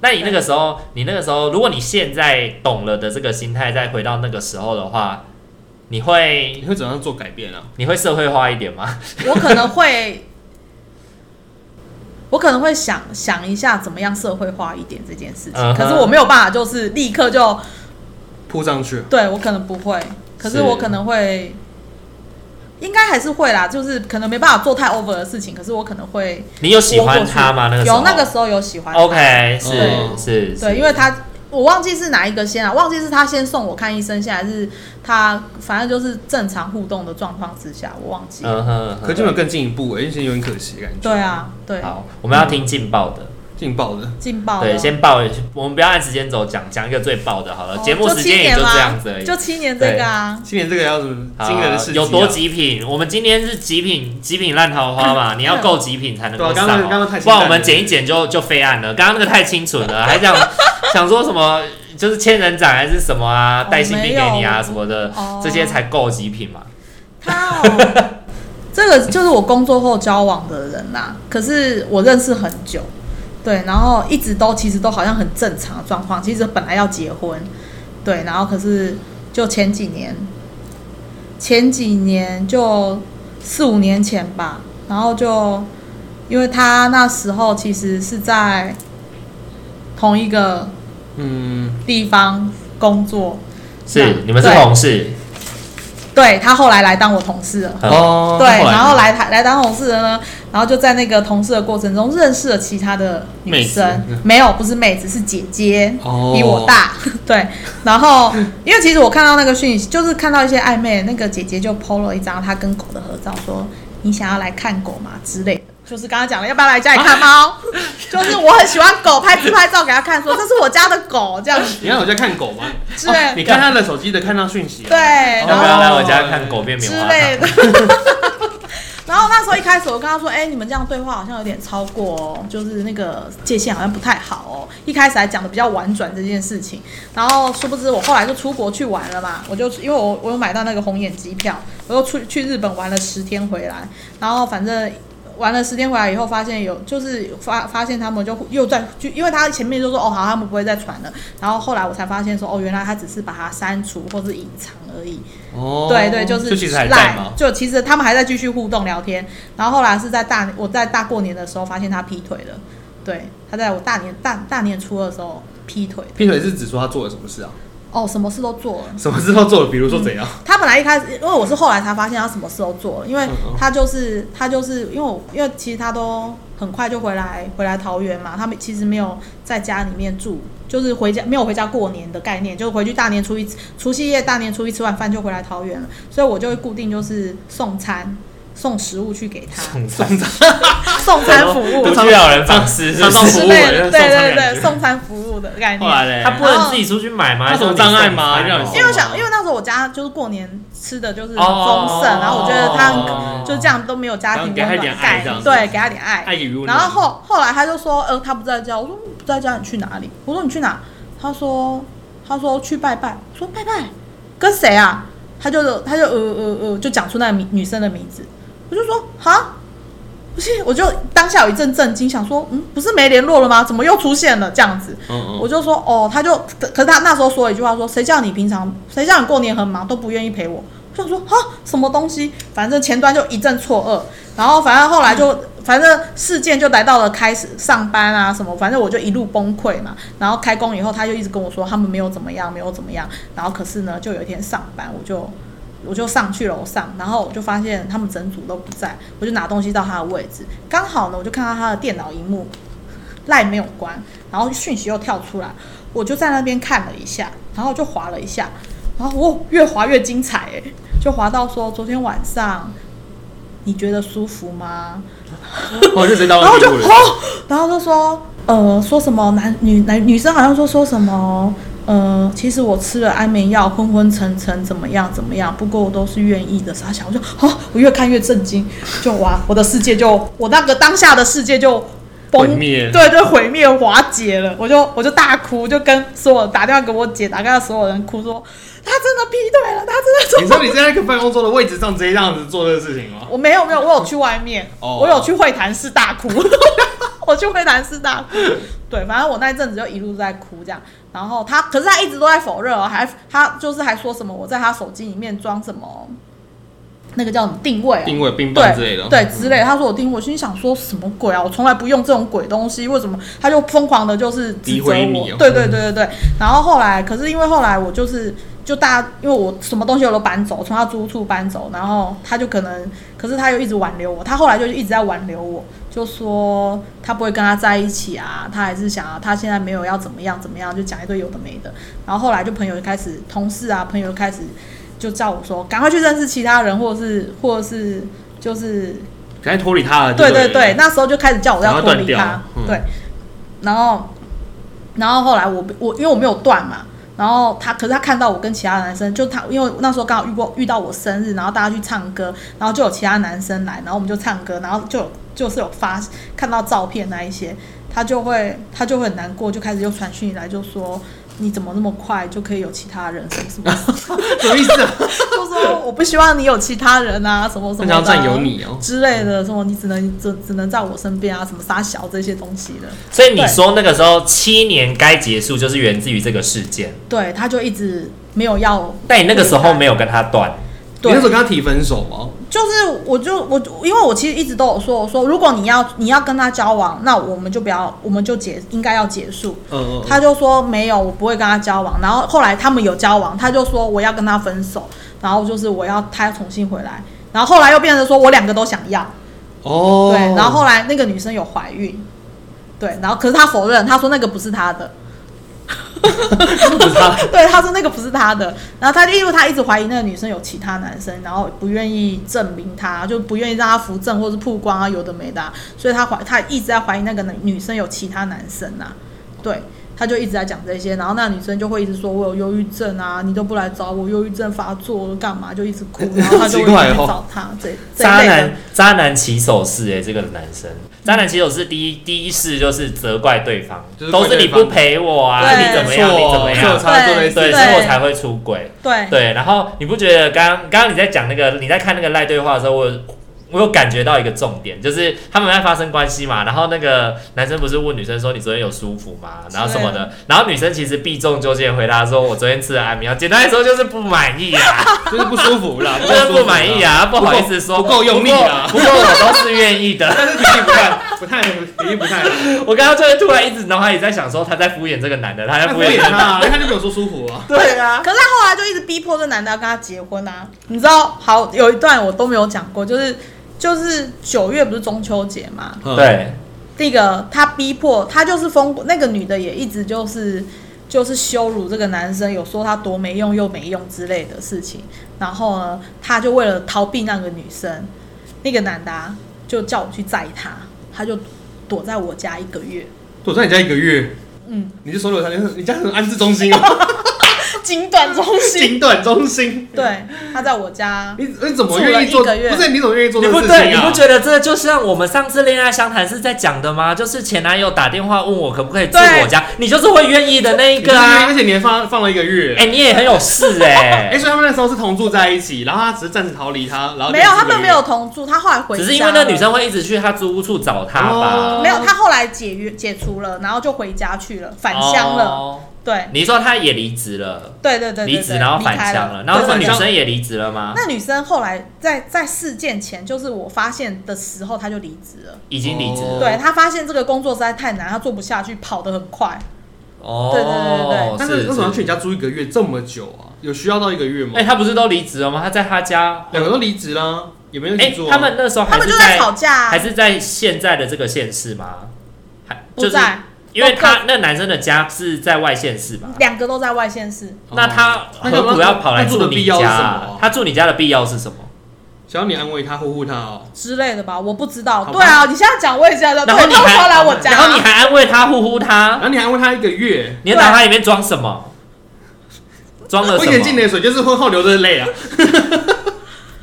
Speaker 1: 那你那个时候，你那个时候，如果你现在懂了的这个心态，再回到那个时候的话，你会
Speaker 2: 你会怎样做改变啊？
Speaker 1: 你会社会化一点吗？
Speaker 3: 我可能会，我可能会想想一下怎么样社会化一点这件事情。
Speaker 1: 嗯哼
Speaker 3: 可是我没有办法，就是立刻就
Speaker 2: 扑上去，
Speaker 3: 对我可能不会，可是
Speaker 1: 是
Speaker 3: 我可能会，应该还是会啦，就是可能没办法做太 over 的事情，可是我可能会
Speaker 1: 你有喜欢他吗？那个
Speaker 3: 拨过去
Speaker 1: 时候哦
Speaker 3: 有那个时候有喜欢他
Speaker 1: OK 是
Speaker 2: 对
Speaker 1: 是，
Speaker 3: 对，
Speaker 1: 是
Speaker 3: 因为他我忘记是哪一个先啊，忘记是他先送我看医生，现在是他反正就是正常互动的状况之下，我忘记了。
Speaker 1: 嗯哼，嗯哼嗯
Speaker 2: 可就没有更进一步哎，其实有点可惜的感觉。
Speaker 3: 对，啊，对，
Speaker 1: 好，我们要听劲爆的。
Speaker 2: 劲爆的，
Speaker 3: 劲爆了。
Speaker 1: 对，先爆，我们不要按时间走，讲讲一个最爆的好了。
Speaker 3: 哦
Speaker 1: 节、目时间也
Speaker 3: 就
Speaker 1: 就
Speaker 3: 七年啦
Speaker 1: 这样子而已。
Speaker 3: 哦就七年这个啊，
Speaker 2: 今年这个要什么
Speaker 1: 好
Speaker 2: 惊人的事、啊？
Speaker 1: 有多？极品？我们今天是极品，极品烂桃花 嘛，你要够极品才能够
Speaker 2: 对啊
Speaker 1: 上、
Speaker 2: 刚刚刚刚太
Speaker 1: 哦，
Speaker 2: 清
Speaker 1: 不然我
Speaker 2: 淡
Speaker 1: 们
Speaker 2: 了
Speaker 1: 剪一剪就就飞案了。刚刚那个太清纯 了，还想想说什么就是千人斩还是什么啊，
Speaker 3: 哦
Speaker 1: 带性病给你
Speaker 3: 没
Speaker 1: 啊
Speaker 3: 有
Speaker 1: 什么的，
Speaker 3: 哦
Speaker 1: 这些才够极品嘛。
Speaker 3: 他哦， 这个就是我工作后交往的人啦，可是我认识很久，对，然后一直都其实都好像很正常的状况，其实本来要结婚，对，然后可是就前几年，前几年就四五年前吧，然后就因为他那时候其实是在同一个
Speaker 2: 嗯，
Speaker 3: 地方工作，
Speaker 1: 是
Speaker 3: 那，
Speaker 1: 你们是
Speaker 3: 对
Speaker 1: 同事，
Speaker 3: 对他后来来当我同事了。
Speaker 1: 嗯
Speaker 2: 哦，
Speaker 3: 对，
Speaker 2: 那
Speaker 3: 然后来台来当同事的呢，然后就在那个同事的过程中认识了其他的女生
Speaker 2: 妹子，
Speaker 3: 没有，不是妹子，是姐姐，
Speaker 2: 哦
Speaker 3: 比我大。 对，然后因为其实我看到那个讯息，就是看到一些暧昧，那个姐姐就 PO 了一张她跟狗的合照，说你想要来看狗吗之类的。就是刚刚讲的，要不要来家里看猫？就是我很喜欢狗，拍自拍照给她看，说这是我家的狗，这样子
Speaker 2: 你看我在看狗吗？哦
Speaker 3: 之类的
Speaker 2: 你看他的手机的看到讯息、啊，
Speaker 3: 对
Speaker 1: 要
Speaker 3: 然
Speaker 1: 哦
Speaker 3: 后
Speaker 1: 不要来我家看狗变棉
Speaker 3: 之
Speaker 1: 花
Speaker 3: 类
Speaker 1: 糖？
Speaker 3: 的。 然后那时候一开始我跟他说，哎、你们这样对话好像有点超过哦，就是那个界限好像不太好哦。一开始还讲的比较婉转这件事情，然后殊不知我后来就出国去玩了嘛，我就因为我我有买到那个红眼机票，我又出去日本玩了十天回来，然后反正。玩了十天回来以后，发现有就是发发现他们就又在就，因为他前面就说哦好，他们不会再传了，然后后来我才发现说哦，原来他只是把它删除或是隐藏而已，
Speaker 2: 哦，
Speaker 3: 对对，就是
Speaker 2: 就其实还
Speaker 3: 赖
Speaker 2: 在吗？
Speaker 3: 就其实他们还在继续互动聊天，然后后来是在大我在大过年的时候发现他劈腿了，对，他在我大年大大年初二的时候劈腿，
Speaker 2: 劈腿是指说他做了什么事啊？
Speaker 3: 哦，什么事都做了。
Speaker 2: 什么事都做了，比如说怎样？
Speaker 3: 他本来一开始，因为我是后来才发现他什么事都做了，因为
Speaker 2: 嗯嗯
Speaker 3: 他就是他就是因为我因为其实他都很快就回来回来桃园嘛，他们其实没有在家里面住，就是回家没有回家过年的概念，就是回去大年初一除夕夜大年初一吃完饭就回来桃园了，所以我就会固定就是送餐送食物去给他，
Speaker 2: 嗯
Speaker 3: 送餐服务
Speaker 1: 独居老人方式是不
Speaker 2: 上
Speaker 1: 是
Speaker 2: 上服
Speaker 3: 之
Speaker 2: 务
Speaker 3: 类
Speaker 2: 人
Speaker 3: 哦的，对
Speaker 2: 送餐感
Speaker 3: 对对，
Speaker 2: 觉
Speaker 3: 送餐服务的概
Speaker 2: 后来
Speaker 3: 念。
Speaker 2: 嘞，
Speaker 1: 他不能自己出去买吗？
Speaker 2: 哎哦他有障碍吗
Speaker 1: 还是你送餐
Speaker 2: 让你
Speaker 3: 因为我
Speaker 2: 哦
Speaker 3: 想，因为那时候我家就是过年吃的就是很丰
Speaker 1: 哦
Speaker 3: 盛，然后我觉得他很
Speaker 1: 哦
Speaker 3: 就这样都没有家庭
Speaker 2: 给
Speaker 3: 温
Speaker 2: 他一
Speaker 3: 暖
Speaker 2: 点爱
Speaker 3: 概
Speaker 2: 这样
Speaker 3: 念，
Speaker 2: 子
Speaker 3: 对，给他点爱。
Speaker 2: 爱与温暖
Speaker 3: 然后后后来他就说，呃，他不在家。我说嗯不在家，你去哪里？我说你去哪？他说他说去拜拜。我说拜拜，跟谁啊？他就他就呃呃呃就讲出那个名女生的名字。我就说哈，不是，我就当下有一阵震惊，想说嗯，不是没联络了吗？怎么又出现了这样子？
Speaker 2: 嗯嗯，
Speaker 3: 我就说哦，他就可可是他那时候说了一句话说，谁叫你平常谁叫你过年很忙都不愿意陪我，我想说哈什么东西，反正前端就一阵错愕，然后反正后来就、
Speaker 2: 嗯
Speaker 3: 反正事件就来到了开始上班啊什么，反正我就一路崩溃嘛，然后开工以后他就一直跟我说他们没有怎么样没有怎么样，然后可是呢就有一天上班我就。我就上去楼上，然后我就发现他们整组都不在，我就拿东西到他的位置，刚好呢，我就看到他的电脑荧幕赖没有关，然后讯息又跳出来，我就在那边看了一下，然后就划了一下，然后我越划越精彩哎、就划到说昨天晚上你觉得舒服吗？
Speaker 2: 我就直接当
Speaker 3: 然后我
Speaker 2: 完
Speaker 3: 就
Speaker 2: 礼物
Speaker 3: 哦
Speaker 2: 了。，
Speaker 3: 然后就说呃说什么男女男女生好像说说什么呃，其实我吃了安眠药，昏昏沉沉，怎么样怎么样？不过我都是愿意的，傻小，我就哦，我越看越震惊，就哇，我的世界就我那个当下的世界就崩
Speaker 2: 毁灭
Speaker 3: 对对，毁灭瓦解了，我就我就大哭，就跟所有打电话给我姐，打电话给所有人哭说，他真的劈腿了，他真的怎么
Speaker 2: 你说你在一个办公桌的位置上直接这样子做这个事情吗？
Speaker 3: 我没有没有，我有去外面，
Speaker 2: 哦
Speaker 3: 我有去会谈室大哭， 我去会谈室大哭。对，反正我那一阵子就一路在哭这样。然后他，可是他一直都在否认哦，还他就是还说什么我在他手机里面装什么那个叫什么定位、哦，
Speaker 2: 定位冰棒
Speaker 3: 对
Speaker 2: 之类的，哦
Speaker 3: 对之类的。他说我听，我心想说什么鬼啊？我从来不用这种鬼东西，为什么？他就疯狂的就是指
Speaker 2: 诋
Speaker 3: 责我，
Speaker 2: 毁你哦
Speaker 3: 对对对对对。然后后来，可是因为后来我就是就大家，因为我什么东西我都搬走，从他租屋处搬走，然后他就可能，可是他又一直挽留我，他后来就一直在挽留我。就说他不会跟他在一起啊，他还是想要，他现在没有要怎么样怎么样，就讲一堆有的没的。然后后来就朋友就开始，同事啊朋友就开始就叫我说，赶快去认识其他人，或者是或者是就是
Speaker 2: 赶快脱离他了。
Speaker 3: 对
Speaker 2: 对
Speaker 3: 对对，，那时候就开始叫我
Speaker 2: 然
Speaker 3: 要
Speaker 2: 后
Speaker 3: 脱
Speaker 2: 断
Speaker 3: 离
Speaker 2: 掉
Speaker 3: 他，
Speaker 2: 嗯
Speaker 3: 对，然后然后后来我我因为我没有断嘛，然后他可是他看到我跟其他男生，就他因为那时候刚好遇过遇到我生日，然后大家去唱歌，然后就有其他男生来，然后我们就唱歌，然后就有就是有发看到照片那一些，他就会他就会很难过，就开始又传讯来就说。你怎么那么快就可以有其他人？什么什么，
Speaker 2: 什么意思啊？
Speaker 3: 就说我不希望你有其他人啊，什么什么
Speaker 2: 他
Speaker 3: 的。
Speaker 2: 想要占有你哦。
Speaker 3: 之类的，什么你只能只只能在我身边啊，什么撒小这些东西的，
Speaker 1: 所以你说那个时候七年该结束，就是源自于这个事件。
Speaker 3: 对，他就一直没有要，
Speaker 1: 但你那个时候没有跟他断，
Speaker 2: 你
Speaker 3: 对
Speaker 2: 那时，候跟他提分手吗？
Speaker 3: 就是我就我因为我其实一直都有说，我说如果你要你要跟他交往，那我们就不要，我们就结应该要结束。
Speaker 2: 嗯嗯，
Speaker 3: 他就说没有，我不会跟他交往。然后后来他们有交往，他就说我要跟他分手，然后就是我要他要重新回来。然后后来又变成说我两个都想要，
Speaker 2: 哦，
Speaker 3: 对。然后后来那个女生有怀孕，对。然后可是他否认，他说那个不是他的。
Speaker 2: 不是他，
Speaker 3: 对，他说那个不是他的，然后他就因为他一直怀疑那个女生有其他男生，然后不愿意证明他，就不愿意让他扶正或是曝光啊，有的没的啊、所以他怀他一直在怀疑那个女女生有其他男生啊，对，他就一直在讲这些，然后那女生就会一直说我有忧郁症啊，你都不来找我，忧郁症发作了干嘛，就一直哭，然后他就
Speaker 2: 奇
Speaker 3: 会
Speaker 2: 怪
Speaker 3: 去
Speaker 2: 哦
Speaker 3: 找他这这
Speaker 1: 渣
Speaker 3: 一类的
Speaker 1: 男渣男起手式哎、欸，这个男生渣男起手式第一第一式就是责怪对方，
Speaker 2: 就是
Speaker 1: 都
Speaker 2: 怪
Speaker 1: 是你
Speaker 2: 对方
Speaker 1: 不陪我啊，
Speaker 3: 对
Speaker 1: 你怎么样，你怎么
Speaker 2: 是我
Speaker 1: 样，
Speaker 2: 才做类似
Speaker 1: 对，
Speaker 2: 的
Speaker 1: 所
Speaker 2: 事
Speaker 1: 以
Speaker 3: 对
Speaker 1: 我才会出轨。
Speaker 3: 对
Speaker 1: 对，然后你不觉得刚刚刚你在讲那个你在看那个赖对话的时候，我有我有感觉到一个重点，就是他们在发生关系嘛，然后那个男生不是问女生说你昨天有舒服吗？然后什么的，然后女生其实避重就轻地回答说，我昨天吃了安眠药，简单来说就是不满意啊，
Speaker 2: 就是不舒服啦，
Speaker 1: 就是不满意啊，不
Speaker 2: 够
Speaker 1: 好意思说
Speaker 2: 不够用力啊
Speaker 1: 不过不过我都是愿意的。
Speaker 2: 但是体力不太不太体力不太好，
Speaker 1: 我刚刚就是突然一直脑海里在想说他在敷衍这个男的，他在
Speaker 2: 他
Speaker 1: 敷
Speaker 2: 敷
Speaker 1: 衍这
Speaker 2: 衍
Speaker 1: 个男的
Speaker 2: 他，他就没有说舒服啊。
Speaker 3: 对啊，可是他后来就一直逼迫这男的要跟他结婚啊。你知道，好有一段我都没有讲过，就是就是九月不是中秋节嘛，
Speaker 1: 对，
Speaker 3: 那个他逼迫他就是疯，那个女的也一直就是就是羞辱这个男生，有说他多没用又没用之类的事情。然后呢，他就为了逃避那个女生，那个男的、啊、就叫我去载他，他就躲在我家一个月。
Speaker 2: 躲在你家一个月，
Speaker 3: 嗯，
Speaker 2: 你就收留他，你你家很安置中心哦，
Speaker 3: 精短中心，
Speaker 2: 警短中心。
Speaker 3: 对，他在我家
Speaker 2: 你你怎么愿意
Speaker 3: 住
Speaker 2: 做？
Speaker 3: 了一个月
Speaker 2: 不是你怎么愿意做
Speaker 1: 你
Speaker 2: 这
Speaker 1: 不
Speaker 2: 个事
Speaker 1: 对，
Speaker 2: 情
Speaker 1: 你不
Speaker 2: 啊？
Speaker 1: 觉得这就像我们上次恋爱相谈是在讲的吗？就是前男友打电话问我可不可以住
Speaker 3: 对
Speaker 1: 我家，你就是会愿意的那一
Speaker 2: 你不
Speaker 1: 个
Speaker 2: 愿意
Speaker 1: 啊
Speaker 2: 而。且你还放放了一个月。
Speaker 1: 哎、你也很有事哎、
Speaker 2: 哎、所以他们那时候是同住在一起，然后他只是暂时逃离他，然后
Speaker 3: 没有，
Speaker 2: 就
Speaker 3: 他
Speaker 2: 是一个
Speaker 3: 们没有同住，他后来回家
Speaker 1: 只
Speaker 3: 了。
Speaker 1: 是因为那女生会一直去她租屋处找他吧
Speaker 2: 哦，
Speaker 3: 没有，他后来解约解除了，然后就回家去了，返乡了。
Speaker 1: 哦
Speaker 3: 对
Speaker 1: 你说她也离职了，
Speaker 3: 对对对对对，
Speaker 1: 离职然后返
Speaker 3: 离开
Speaker 1: 乡
Speaker 3: 了。
Speaker 1: 了，然后
Speaker 3: 对
Speaker 1: 那
Speaker 2: 返
Speaker 1: 女
Speaker 2: 乡
Speaker 1: 生也离职了吗？
Speaker 3: 那女生后来在在事件前，就是我发现的时候，她就离职了。
Speaker 1: 已经离职了。
Speaker 2: 哦
Speaker 3: 对她发现这个工作实在太难，她做不下去，跑得很快。
Speaker 1: 哦，
Speaker 3: 对对
Speaker 2: 但是为什么要去
Speaker 1: 是
Speaker 2: 你家住一个月这么久啊？有需要到一个月吗
Speaker 1: 哎、？她不是都离职了吗？她在她家，
Speaker 2: 两、个都离职啦，也没有一
Speaker 1: 哎、
Speaker 2: 起住、啊
Speaker 1: 他们那时候
Speaker 3: 他
Speaker 1: 还
Speaker 3: 们
Speaker 1: 是
Speaker 3: 就
Speaker 1: 在
Speaker 3: 吵架啊、
Speaker 1: 还是在现在的这个县市吗？还
Speaker 3: 不
Speaker 1: 就是
Speaker 3: 在，
Speaker 1: 因为他那男生的家是在外县市吧？
Speaker 3: 两个都在外县市。
Speaker 2: 哦
Speaker 1: 那他
Speaker 2: 那干
Speaker 1: 何
Speaker 2: 嘛
Speaker 1: 苦要跑来住
Speaker 2: 那住的
Speaker 1: 你
Speaker 2: 必要
Speaker 1: 家
Speaker 2: 是什么
Speaker 1: 啊？他住你家的必要是什么？
Speaker 2: 想要你安慰他、护护他哦。
Speaker 3: 之类的吧，我不知道。
Speaker 2: 好吧
Speaker 3: 对啊，你现在讲我也知道，
Speaker 1: 然后
Speaker 3: 对
Speaker 1: 你
Speaker 3: 他们说
Speaker 1: 还
Speaker 3: 来我家，啊
Speaker 2: 啊
Speaker 1: 然后你还安慰他、呼呼
Speaker 2: 然
Speaker 1: 他，
Speaker 2: 后你还问他一个月，
Speaker 1: 你的脑海里面装什么？装了
Speaker 2: 我以前进
Speaker 1: 什么？
Speaker 2: 的水就是婚后流的泪啊。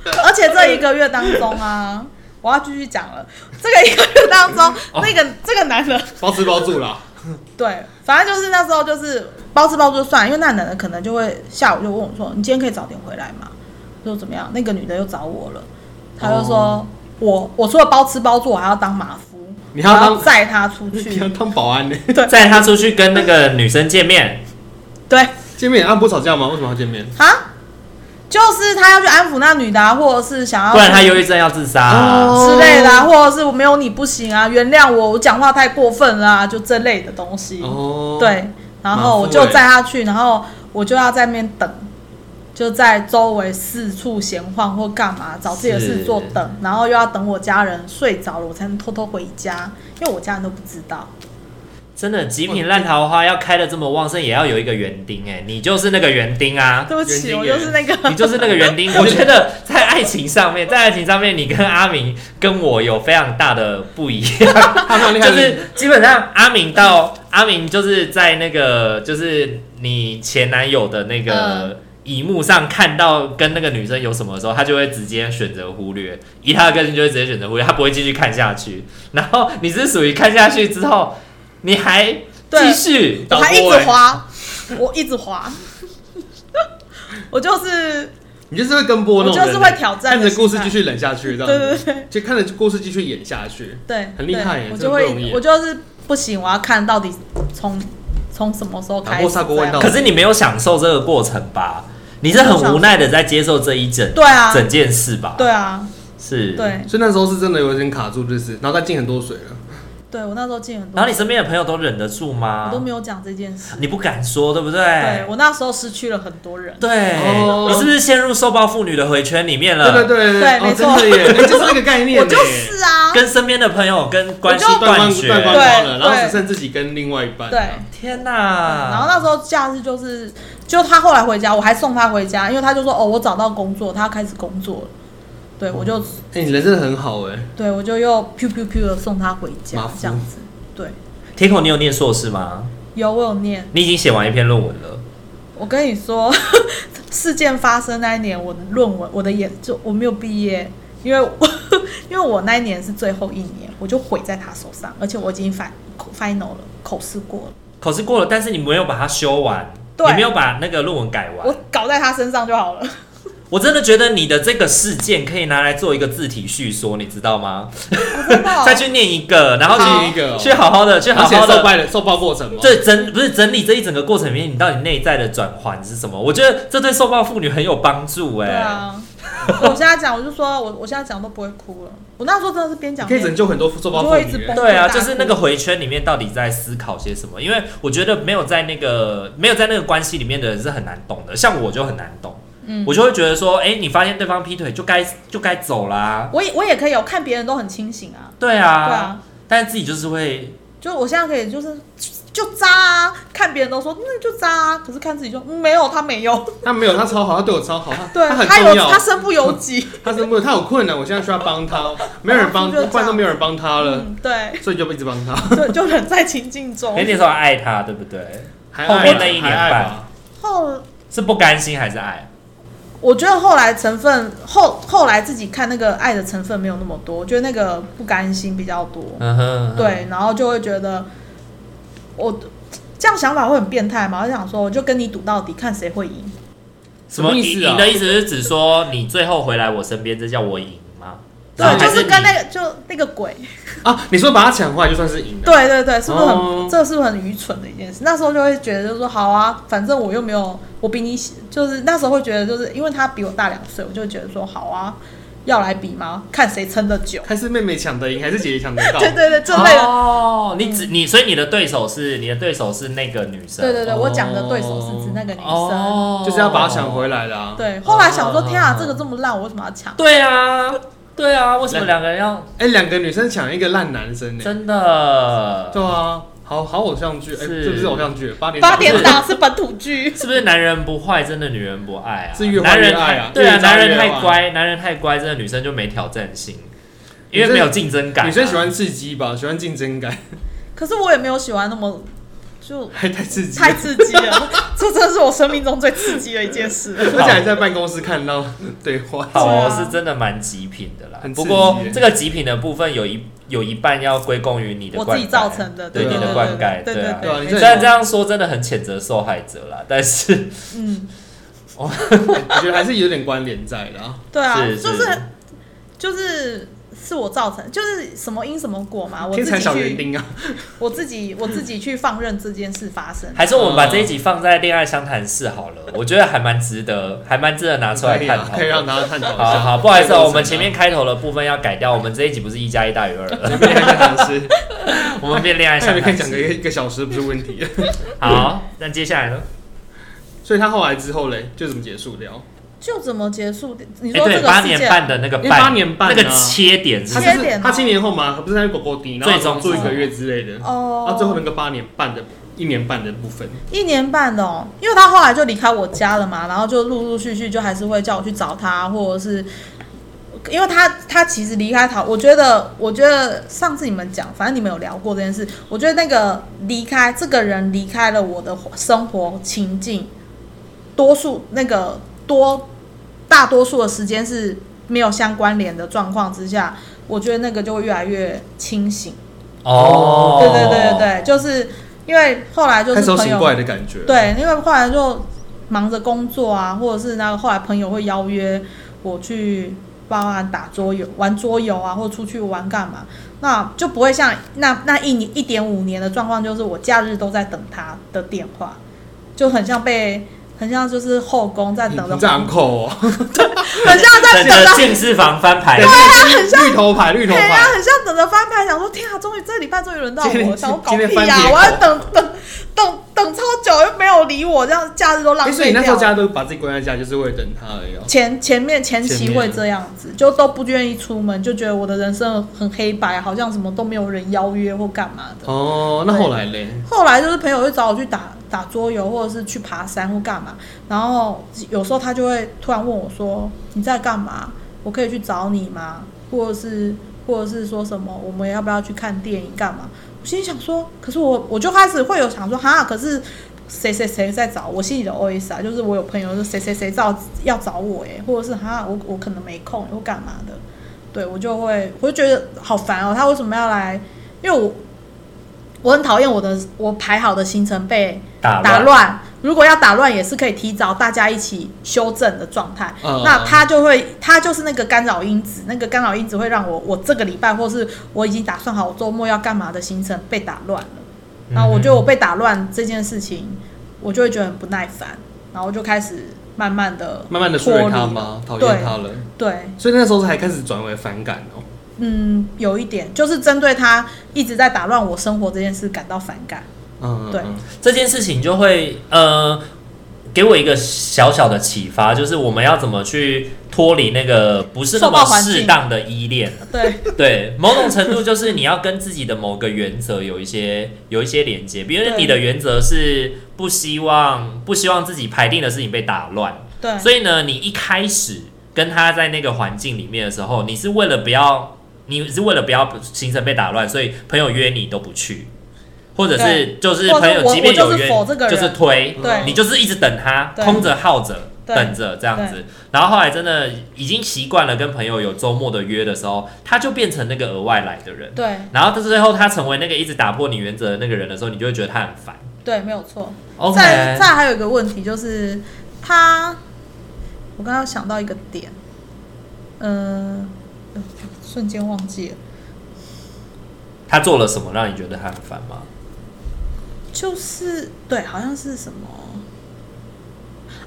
Speaker 3: 而且这一个月当中啊， 我要继续讲了。这个一个月当中，
Speaker 2: 哦
Speaker 3: 那个这个男的，
Speaker 2: 包吃包 住啦。
Speaker 3: 对，反正就是那时候就是包吃包住就算，因为那男的可能就会下午就问我说：“你今天可以早点回来吗？”我说怎么样？那个女的又找我了，他就说：“
Speaker 2: 哦
Speaker 3: 我我除了包吃包住，我还要当马夫，
Speaker 2: 你还要
Speaker 3: 我
Speaker 2: 当
Speaker 3: 载他出
Speaker 2: 你要
Speaker 3: 去。
Speaker 2: 当保安呢、
Speaker 1: 载他出去跟那个女生见面，”
Speaker 3: 对
Speaker 2: 见面啊不吵架吗？为什么要见面？
Speaker 3: 啊，就是他要去安抚那女的、啊，或者是想要
Speaker 1: 不然他忧郁症要自杀、
Speaker 2: 哦
Speaker 3: 之类的、啊，或者是我没有你不行啊，原谅我，我讲话太过分啦、就这类的东
Speaker 1: 嗯
Speaker 3: 西。
Speaker 2: 哦，，
Speaker 3: 对，然后我就载他去，然后我就要在那边等，就在周围四处闲晃或干嘛，找自己的事做
Speaker 1: 是
Speaker 3: 等，然后又要等我家人睡着了，我才能偷偷回家，因为我家人都不知道。
Speaker 1: 啊真的极品烂桃花要开的这么旺盛，也要有一个园丁哎、你就是那个园丁啊。
Speaker 3: 对不起，我就是那个，
Speaker 1: 你就是那个园 丁。我觉得在爱情上面，在爱情上面，你跟阿明跟我有非常大的不一样，
Speaker 2: 他非常厉 害
Speaker 1: 就
Speaker 2: 的人，
Speaker 1: 是基本上阿明到阿明就是在那个就是你前男友的那个
Speaker 3: 嗯。
Speaker 1: 荧幕上看到跟那个女生有什么的时候，他就会直接选择忽略，以他的个性就会直接选择忽略，他不会继续看下去。然后你是属于看下去之后，你还继
Speaker 3: 对
Speaker 1: 续
Speaker 3: 我还一
Speaker 2: 导播欸
Speaker 1: 哎
Speaker 3: 直滑，我一直滑， 我就是
Speaker 2: 你就是会跟播那种人欸，
Speaker 3: 我就是会挑战
Speaker 2: 看着故事
Speaker 3: 的
Speaker 2: 继
Speaker 3: 心态
Speaker 2: 续冷下去，这样
Speaker 3: 对对
Speaker 2: 对对，就看着故事继续演下去。
Speaker 3: 对，
Speaker 2: 很厉
Speaker 3: 对
Speaker 2: 害耶
Speaker 3: 我
Speaker 2: 真的
Speaker 3: 就
Speaker 2: 不容易
Speaker 3: 会，
Speaker 2: 耶
Speaker 3: 我就是不行，我要看到底从从什么时候
Speaker 2: 打
Speaker 3: 开
Speaker 2: 破
Speaker 3: 始
Speaker 2: 砂锅
Speaker 3: 这
Speaker 2: 问
Speaker 3: 样
Speaker 2: 到底
Speaker 1: 可是你没有享受这个过程吧？你是很无奈的在接受这一整
Speaker 3: 对啊，
Speaker 1: 整件事吧？，
Speaker 3: 对啊，
Speaker 1: 是，。
Speaker 3: 对
Speaker 2: 所以那时候是真的有点卡住，就是然后再进很多水了。
Speaker 3: 对，我那时候进很多，
Speaker 1: 然后你身边的朋友都忍得住
Speaker 3: 我
Speaker 1: 吗
Speaker 3: 都？没有讲这件事，
Speaker 1: 你不敢说，对不
Speaker 3: 对
Speaker 2: 哎
Speaker 1: 对？
Speaker 3: 我那时候失去了很多人，
Speaker 1: 对，
Speaker 2: 哦
Speaker 1: 你是不是陷入受暴妇女的回圈里面了？
Speaker 2: 对对对
Speaker 3: 对
Speaker 2: 哦
Speaker 3: 没
Speaker 2: 真
Speaker 3: 错
Speaker 2: 的耶，哎就是那个 概念耶，
Speaker 3: 我就是啊，
Speaker 1: 跟身边的朋友跟关系
Speaker 3: 我就
Speaker 2: 断光
Speaker 1: 断
Speaker 2: 断
Speaker 1: 绝。
Speaker 2: 光光
Speaker 3: 对
Speaker 2: 了，然后
Speaker 3: 对
Speaker 2: 只剩自己跟另外一半。啊哎
Speaker 3: 对。
Speaker 1: 天
Speaker 3: 然后
Speaker 1: 哪！
Speaker 3: 那时候假日就是，就他后来回家，我还送他回家，因为他就说哦，我找到工作，他要开始工作了，对我就
Speaker 2: 哎，你人真的很好哎，
Speaker 3: 对我就又 pew pew pew 的送他回
Speaker 2: 马
Speaker 3: 家
Speaker 2: 夫
Speaker 3: 这样子，对，
Speaker 1: 铁口，你有念硕士吗？
Speaker 3: 有我有念，
Speaker 1: 你已经写完一篇论文了。
Speaker 3: 我跟你说， 事件发生那一年，我的论文，我的研究我没有毕业，因为我 因为我那一年是最后一年，我就毁在他手上，而且我已经 fin final 了，口试过了，
Speaker 1: 考试过了，但是你没有把它修完，
Speaker 3: 对
Speaker 1: 你没有把那个论文改完。
Speaker 3: 我搞在他身上 就好了。
Speaker 1: 我真的觉得你的这个事件可以拿来做一个字体叙说，你知道吗？
Speaker 3: 真的哦
Speaker 1: 再去念一个，然后
Speaker 2: 好
Speaker 1: 去
Speaker 2: 一个哦
Speaker 1: 去好好的去好
Speaker 2: 而且
Speaker 1: 好
Speaker 2: 受
Speaker 1: 的。
Speaker 2: 败了，受暴过程吗？
Speaker 1: 这整不是整理这一整个过程里面，你到底内在的转换是什么？我觉得这对受暴妇女很有帮助哎、
Speaker 3: 对啊，我现在讲，我就说我我现在讲都不会哭了。我那时候真的是边
Speaker 2: 你
Speaker 3: 讲
Speaker 2: 可以
Speaker 3: 边
Speaker 2: 拯救很多受暴妇
Speaker 3: 我就会一直
Speaker 2: 女
Speaker 3: 崩
Speaker 2: 耶。
Speaker 1: 对啊，
Speaker 3: 大哭
Speaker 1: 就是那个回圈里面到底在思考些什么？因为我觉得没有在那个没有在那个关系里面的人是很难懂的，像我就很难懂，
Speaker 3: 嗯
Speaker 1: 我就会觉得说，哎、你发现对方劈腿就该就该走啦，
Speaker 3: 我也我也可以，我看别人都很清醒啊，
Speaker 1: 对啊，
Speaker 3: 对啊，
Speaker 1: 但自己就是会，
Speaker 3: 就我现在可以就是就渣啊，看别人都说那就渣啊，可是看自己就、嗯没有他没有，
Speaker 2: 他没有，他超好，他对我超好，他
Speaker 3: 对
Speaker 2: 他很
Speaker 3: 他
Speaker 2: 重
Speaker 3: 有
Speaker 2: 要
Speaker 3: 他，身不由 己，
Speaker 2: 他是没有，他有困难，我现在需要帮 他，哦没有人帮，
Speaker 3: 就这样
Speaker 2: 不然都没有人帮他了，
Speaker 3: 嗯， 对。
Speaker 2: 所以就一直帮他。
Speaker 3: 就就忍在情境中
Speaker 1: 哎、。那时候爱他，对不对？
Speaker 2: 还
Speaker 1: 后
Speaker 2: 爱
Speaker 1: 面
Speaker 2: 吧
Speaker 1: 那一年
Speaker 2: 还爱
Speaker 1: 半
Speaker 2: 吧
Speaker 3: 后
Speaker 1: 是不甘心还是爱？
Speaker 3: 我觉得后来成分后后来自己看那个爱的成分没有那么多，我觉得那个不甘心比较多，
Speaker 1: 嗯哼，
Speaker 3: 对，然后就会觉得我这样想法会很变态嘛，我就想说我就跟你赌到底，看谁会赢。
Speaker 1: 什么
Speaker 2: 什么
Speaker 1: 意
Speaker 2: 意
Speaker 1: 思、
Speaker 2: 思啊
Speaker 1: 你的意思是指说你最后回来我身边，这叫我赢吗？然后
Speaker 3: 对，
Speaker 1: 还
Speaker 3: 就是
Speaker 1: 你
Speaker 3: 跟那个就那个鬼，
Speaker 2: 啊！你说把他抢回来就算是赢了，
Speaker 3: 对对对，是不是很、
Speaker 2: 哦
Speaker 3: 这是不是很愚蠢的一件事？那时候就会觉得就是说好啊，反正我又没有我比你喜，就是那时候会觉得就是因为他比我大两岁，我就觉得说好啊，要来比吗？看谁撑得久。
Speaker 2: 还是妹妹抢得赢，还是姐姐抢得到？
Speaker 3: 对对对，这类的。
Speaker 1: 哦，你只你所以你的对手是你的对手是那个女生，
Speaker 3: 对对对，
Speaker 2: 哦
Speaker 3: 我讲的对手是指那个女生。
Speaker 1: 哦，
Speaker 2: 就是要把他抢回来啦、啊。
Speaker 3: 对，后来想说，天啊
Speaker 1: 哦，
Speaker 3: 这个这么烂，我为什么要抢？
Speaker 1: 对啊，对啊，为什么两个人要
Speaker 2: 哎、两个女生抢一个烂男生呢、
Speaker 1: 真的？
Speaker 2: 对啊，好好偶像剧，哎、
Speaker 1: 是
Speaker 2: 这不是偶像剧，八点
Speaker 3: 八点档是本土剧，
Speaker 1: 是不是男人不坏，真的女人不爱啊？
Speaker 2: 是越坏
Speaker 1: 男人
Speaker 2: 越爱啊
Speaker 1: 太对啊，
Speaker 2: 越渣
Speaker 1: 男
Speaker 2: 越
Speaker 1: 人太
Speaker 2: 爱
Speaker 1: 乖，男人太乖，真的女生就没挑战性，因
Speaker 2: 女
Speaker 1: 为
Speaker 2: 生
Speaker 1: 没有竞争感啊、
Speaker 2: 女生喜欢刺激吧，喜欢竞争感，
Speaker 3: 可是我也没有喜欢那么就
Speaker 2: 还太刺激了，
Speaker 3: 太刺激了， 这真的是我生命中最刺激的一件事。
Speaker 2: 而且还在办公室看到对话，
Speaker 1: 好哦、
Speaker 3: 对啊
Speaker 1: 是真的蛮极品的啦
Speaker 2: 很。
Speaker 1: 不
Speaker 2: 刺激
Speaker 1: 过
Speaker 2: 耶
Speaker 1: 这个极品的部分有一有一半要归功于你的
Speaker 3: 我
Speaker 1: 灌
Speaker 3: 自己
Speaker 1: 溉
Speaker 3: 造成的，
Speaker 1: 对
Speaker 3: 对
Speaker 1: 你的
Speaker 3: 对
Speaker 1: 灌溉，
Speaker 3: 对
Speaker 1: 啊
Speaker 3: 对。
Speaker 2: 对啊你这
Speaker 3: 没
Speaker 1: 虽
Speaker 3: 错
Speaker 1: 然这样说，真的很谴责受害者啦，但是
Speaker 3: 嗯，
Speaker 2: 我觉得还是有点关联在的啊。
Speaker 3: 对啊，
Speaker 1: 是
Speaker 3: 就是是就是是我造成，就是什么因什么果嘛，我
Speaker 2: 天
Speaker 3: 自己
Speaker 2: 才小园
Speaker 3: 去，
Speaker 2: 丁啊，
Speaker 3: 我自己我自己去放任这件事发生。
Speaker 1: 还是我们把这一集放在恋爱相谈室好了，我觉得还蛮值得，还蛮值得拿出来
Speaker 2: 可以
Speaker 1: 探
Speaker 2: 啊，
Speaker 1: 讨
Speaker 2: 哦 可以啊让
Speaker 1: 的。
Speaker 2: 大家探讨一
Speaker 1: 好好
Speaker 2: 下。
Speaker 1: 好，不好意思哦，我们前面开头的部分要改掉，我们这一集不是一加一大于二了，
Speaker 2: 随便看看是，
Speaker 1: 我们变恋爱
Speaker 2: 下
Speaker 1: 相
Speaker 2: 面可以
Speaker 1: 谈
Speaker 2: 讲个
Speaker 1: 室。
Speaker 2: 一个小时不是问题。
Speaker 1: 好，那接下来呢？
Speaker 2: 所以他后来之后嘞，就怎么结束
Speaker 1: 嗯
Speaker 2: 掉？
Speaker 3: 就怎么结束？你
Speaker 1: 哎，
Speaker 3: 说
Speaker 1: 对，
Speaker 3: 这
Speaker 1: 八
Speaker 3: 个事
Speaker 1: 年
Speaker 3: 件，
Speaker 1: 半的那个
Speaker 2: 因为
Speaker 1: 半
Speaker 2: 八年半啊
Speaker 1: 那个切点是
Speaker 2: 他
Speaker 1: 什
Speaker 2: 就
Speaker 1: 么
Speaker 3: 缺
Speaker 2: 是
Speaker 3: 点哦
Speaker 2: 他七年后嘛，不是在狗狗底，然
Speaker 1: 最终
Speaker 2: 后做一
Speaker 1: 是
Speaker 2: 个月之类的，
Speaker 3: 哦，
Speaker 2: 啊到最后那个八年半的一年半的部分，
Speaker 3: 一年半的、哦，因为他后来就离开我家了嘛，然后就陆陆续续就还是会叫我去找他，或者是因为他他其实离开桃，我觉得我觉得上次你们讲，反正你们有聊过这件事，我觉得那个离开这个人离开了我的生活情境，多数那个多大多数的时间是没有相关联的状况之下，我觉得那个就会越来越清醒。
Speaker 1: 哦，
Speaker 3: 对对对对对，就是因为后来就
Speaker 2: 开
Speaker 3: 是
Speaker 2: 始有
Speaker 3: 朋
Speaker 2: 醒
Speaker 3: 友
Speaker 2: 过来的感觉。
Speaker 3: 对，因为后来就忙着工作啊，或者是那个后来朋友会邀约我去帮他打桌游、玩桌游啊，或出去玩干嘛，那就不会像那那一年一点五年的状况，就是我假日都在等他的电话，就很像被很像就是后宫在
Speaker 2: 你
Speaker 3: 等着
Speaker 2: 你这
Speaker 3: 皇，
Speaker 2: 样扣哦，
Speaker 3: 很像在
Speaker 1: 整
Speaker 3: 等
Speaker 1: 个
Speaker 3: 着。
Speaker 1: 进士房翻牌，
Speaker 2: 绿头牌，绿头
Speaker 3: 对啊，
Speaker 2: 牌，
Speaker 3: 很像等着翻牌，想说天啊，终于这礼拜终于轮到
Speaker 2: 今天
Speaker 3: 我，想我搞
Speaker 2: 今天
Speaker 3: 屁
Speaker 2: 翻
Speaker 3: 呀、
Speaker 2: 别
Speaker 3: 我要
Speaker 2: 口
Speaker 3: 等等等等超久，又没有理我，这样假日都浪
Speaker 2: 哎，
Speaker 3: 费掉。
Speaker 2: 所以你那时候家都把自己关在家，就是为了等他而已哦。
Speaker 3: 前前面前期
Speaker 2: 前面
Speaker 3: 会这样子，就都不愿意出门，就觉得我的人生很黑白，好像什么都没有人邀约或干嘛的。
Speaker 2: 哦，那后来嘞？
Speaker 3: 后来就是朋友会找我去打打桌游，或者是去爬山或干嘛，然后有时候他就会突然问我说：“你在干嘛？我可以去找你吗？”或者是或者是说什么我们要不要去看电影干嘛？我心里想说，可是我我就开始会有想说哈，可是谁谁谁在找我心里的 OS 啊，就是我有朋友说谁谁谁找要找我哎、或者是哈我我可能没空或干嘛的，对我就会我就觉得好烦哦、他为什么要来？因为我我很讨厌我的我排好的行程被
Speaker 1: 打
Speaker 3: 打乱。如果要打乱，也是可以提早大家一起修正的状态。
Speaker 2: 嗯
Speaker 3: 那它就会，它就是那个干扰因子，那个干扰因子会让我，我这个礼拜或是我已经打算好我周末要干嘛的行程被打乱了。那
Speaker 2: 嗯
Speaker 3: 我觉得我被打乱这件事情，我就会觉得很不耐烦，然后就开始慢慢的
Speaker 2: 慢慢的疏远他吗？讨厌他了，
Speaker 3: 对，
Speaker 2: 所以那时候才开始转为反感哦。
Speaker 3: 嗯，有一点就是针对他一直在打乱我生活这件事感到反感。
Speaker 2: 嗯，嗯
Speaker 3: 对
Speaker 2: 嗯
Speaker 1: 这件事情就会呃，给我一个小小的启发，就是我们要怎么去脱离那个不是那
Speaker 3: 受
Speaker 1: 么
Speaker 3: 暴环境
Speaker 1: 适当的依恋。
Speaker 3: 对，
Speaker 1: 对，某种程度就是你要跟自己的某个原则有一些有一些连接，比如说
Speaker 3: 对
Speaker 1: 你的原则是不希望不希望自己排定的事情被打乱，
Speaker 3: 对，
Speaker 1: 所以呢，你一开始跟他在那个环境里面的时候，你是为了不要，你是为了不要行程被打乱，所以朋友约你都不去，或者是就是
Speaker 3: 或者
Speaker 1: 朋
Speaker 3: 是
Speaker 1: 友
Speaker 3: 我
Speaker 1: 即便
Speaker 3: 我
Speaker 1: 有
Speaker 3: 就是
Speaker 1: 约，
Speaker 3: 否这个人
Speaker 1: 就是推，
Speaker 2: 嗯
Speaker 3: 对
Speaker 1: 你就是一直等他，
Speaker 3: 对
Speaker 1: 空着耗着。
Speaker 3: 对
Speaker 1: 等着这样子，然后后来真的已经习惯了跟朋友有周末的约的时候，他就变成那个额外来的人，
Speaker 3: 对
Speaker 1: 然后到最后他成为那个一直打破你原则的那个人的时候，你就会觉得他很烦。
Speaker 3: 对，没有错。
Speaker 1: OK，
Speaker 3: 再再还有一个问题就是，他，我刚刚想到一个点，嗯、呃，瞬间忘记了，
Speaker 1: 他做了什么让你觉得他很烦吗？
Speaker 3: 就是对，好像是什么，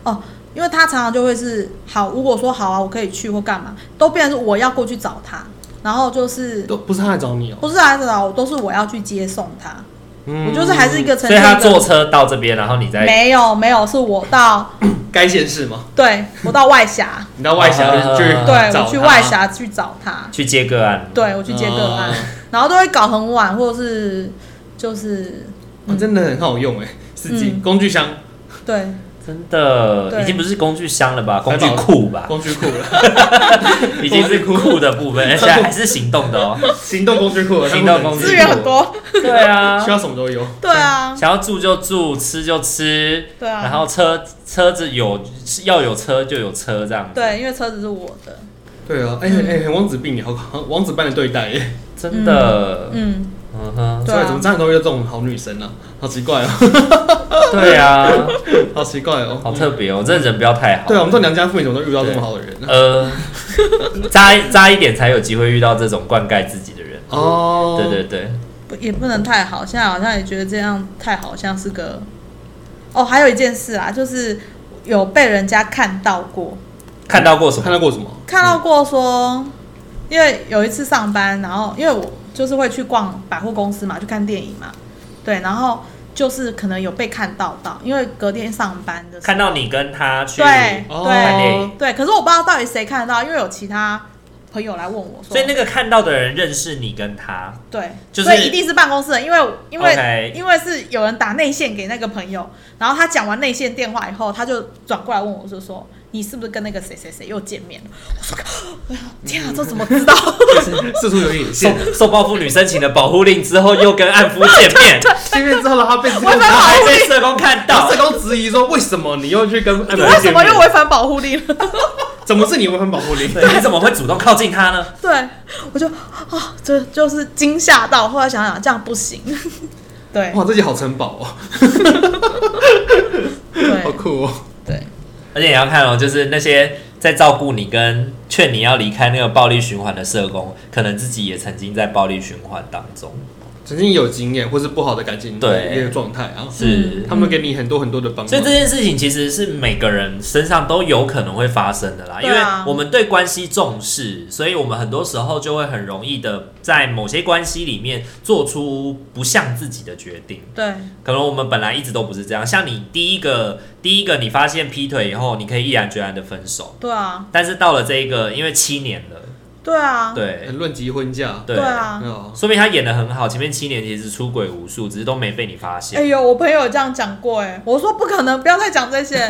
Speaker 3: 哦，因为他常常就会是好，如果说好啊，我可以去或干嘛，都变成是我要过去找他，然后就是
Speaker 2: 都不是他来找你哦。
Speaker 3: 不是来找我，都是我要去接送他，
Speaker 2: 嗯
Speaker 3: 我就是还是一个呈
Speaker 1: 所以
Speaker 3: 现
Speaker 1: 他
Speaker 3: 一
Speaker 1: 坐
Speaker 3: 个。
Speaker 1: 车到这边，然后你再
Speaker 3: 没有没有，是我到
Speaker 2: 该县市吗？
Speaker 3: 对我到外峡，
Speaker 2: 你到外峡就
Speaker 1: 啊
Speaker 2: 去
Speaker 3: 对
Speaker 2: 找
Speaker 3: 我去
Speaker 2: 他
Speaker 3: 外，峡去找他，
Speaker 1: 去接个案。
Speaker 3: 对我去接个案，
Speaker 2: 哦
Speaker 3: 然后都会搞很晚，或者是就是
Speaker 2: 啊真的很好用哎，四季
Speaker 3: 嗯
Speaker 2: 工具箱、
Speaker 3: 对，
Speaker 1: 真的
Speaker 3: 对
Speaker 1: 已经不是工具箱了吧？工具
Speaker 2: 还好
Speaker 1: 库吧，
Speaker 2: 工具库了，
Speaker 1: 已经是库的部分，而且还是行动的哦。
Speaker 2: 行动工具库了，
Speaker 1: 行动工具库
Speaker 3: 资源很多，
Speaker 1: 对啊，
Speaker 2: 需要什么都有。
Speaker 3: 对啊，
Speaker 1: 想要住就住，吃就吃，
Speaker 3: 对啊，
Speaker 1: 然
Speaker 2: 嗯
Speaker 1: 后车车子有要有车就有车这样子。，
Speaker 3: 对，因为车子是我的，
Speaker 2: 对啊，哎、哎、很王子病，你好好王子般的对待耶。
Speaker 1: 真的，
Speaker 3: 嗯，
Speaker 1: 嗯哼，
Speaker 3: 对啊
Speaker 2: 所以怎么这样都遇到这种好女生啊？好奇怪哦，
Speaker 1: 对啊，
Speaker 2: 好奇怪哦。
Speaker 1: 好特别哦，这人不要太好。
Speaker 2: 对啊，我们这种良家妇女怎么都遇到这么好的人呢、
Speaker 1: 呃， 渣渣一点才有机会遇到这种灌溉自己的人。
Speaker 2: 哦，
Speaker 1: 对对对，
Speaker 3: 不也不能太好，现在好像也觉得这样太好像是个，哦，还有一件事啊，就是有被人家看到过，
Speaker 1: 看到过什
Speaker 2: 看
Speaker 1: 么？
Speaker 2: 到过什么？
Speaker 3: 看到过说，因为有一次上班，然后因为我就是会去逛百货公司嘛，去看电影嘛，对，然后就是可能有被看到到，因为隔天上班的时候，
Speaker 1: 看到你跟他去
Speaker 3: 对
Speaker 2: 哦
Speaker 1: 看电
Speaker 3: 对
Speaker 1: 影。
Speaker 3: 对，可是我不知道到底谁看得到，因为有其他朋友来问我说，
Speaker 1: 所以那个看到的人认识你跟他，
Speaker 3: 对，
Speaker 1: 就是
Speaker 3: 所以一定是办公室的，因为因为
Speaker 1: OK
Speaker 3: 因为是有人打内线给那个朋友，然后他讲完内线电话以后，他就转过来问我，就说你是不是跟那个谁谁谁又见面了？我说天啊，这怎么知道？
Speaker 2: 四处有眼
Speaker 1: 受
Speaker 2: 线，
Speaker 1: 受报复女申请的保护令之后，又跟案夫见 面，
Speaker 2: 见面之后呢，他被社工，
Speaker 3: 我
Speaker 1: 然
Speaker 2: 他
Speaker 1: 后还被社工看到
Speaker 2: 社，工质疑说，为什么你又去 跟
Speaker 1: 对
Speaker 3: 为什么又
Speaker 2: 我？
Speaker 3: 违反保护令了？
Speaker 2: 怎么是你违反保护令？
Speaker 1: 对，你怎么会主动靠近他呢？
Speaker 3: 对，我就啊、这就是惊吓到，后来想想这样不行。 对
Speaker 2: 哇，自己好城堡哦，好
Speaker 3: 对
Speaker 2: 酷哦。
Speaker 3: 对，
Speaker 1: 而且你要看哦，就是那些在照顾你跟劝你要离开那个暴力循环的社工，可能自己也曾经在暴力循环当中，
Speaker 2: 曾经有经验或是不好的感情
Speaker 1: 对
Speaker 2: 那个状态啊，
Speaker 1: 是。
Speaker 2: 他们
Speaker 3: 嗯
Speaker 2: 给你很多很多的帮
Speaker 1: 所以
Speaker 2: 助
Speaker 1: 这。件事情其实是每个人身上都有可能会发生的啦，因
Speaker 3: 对
Speaker 1: 为
Speaker 3: 啊
Speaker 1: 我们对关系重视，所以我们很多时候就会很容易的在某些关系里面做出不像自己的决定。
Speaker 3: 对
Speaker 1: 可能我们本来一直都不是这样，像你第一个第一个你发现劈腿以后，你可以毅然决然的分手，
Speaker 3: 对啊
Speaker 1: 但是到了这一个，因为七年了，
Speaker 3: 对啊
Speaker 1: 对
Speaker 2: 很论及婚嫁，哦
Speaker 1: 对
Speaker 3: 对啊！
Speaker 2: 没有
Speaker 1: 说明他演的很好，前面七年其实出轨无数，只是都没被你发
Speaker 3: 哎
Speaker 1: 现，
Speaker 3: 呦，我朋友有这样讲过哎、我说不可能，不要再讲这些。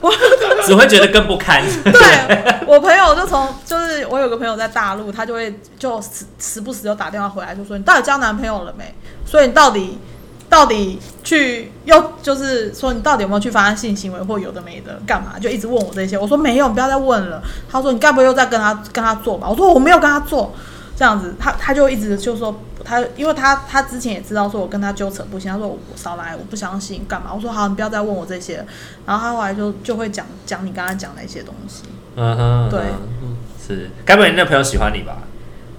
Speaker 3: 我
Speaker 1: 只会觉得更不堪。嗯
Speaker 3: 对我朋友就从就是我有个朋友在大陆，他就会就时时不时就打电话回来，就说你到底交男朋友了没？所以你到底到底去又就是说你到底有没有去发生性行为或有的没的干嘛？就一直问我这些，我说没有，你不要再问了。他说你该不会又在跟他跟他做吧？我说我没有跟他做。这样子，他他就一直就说他，因为他他之前也知道说我跟他纠扯不清，他说我少来，我不相信干嘛？我说好，你不要再问我这些了。然后他后来就就会讲讲你刚才讲的一些东西。
Speaker 1: 嗯哼，
Speaker 3: 对
Speaker 1: 嗯，是，该不会你那朋友喜欢你吧？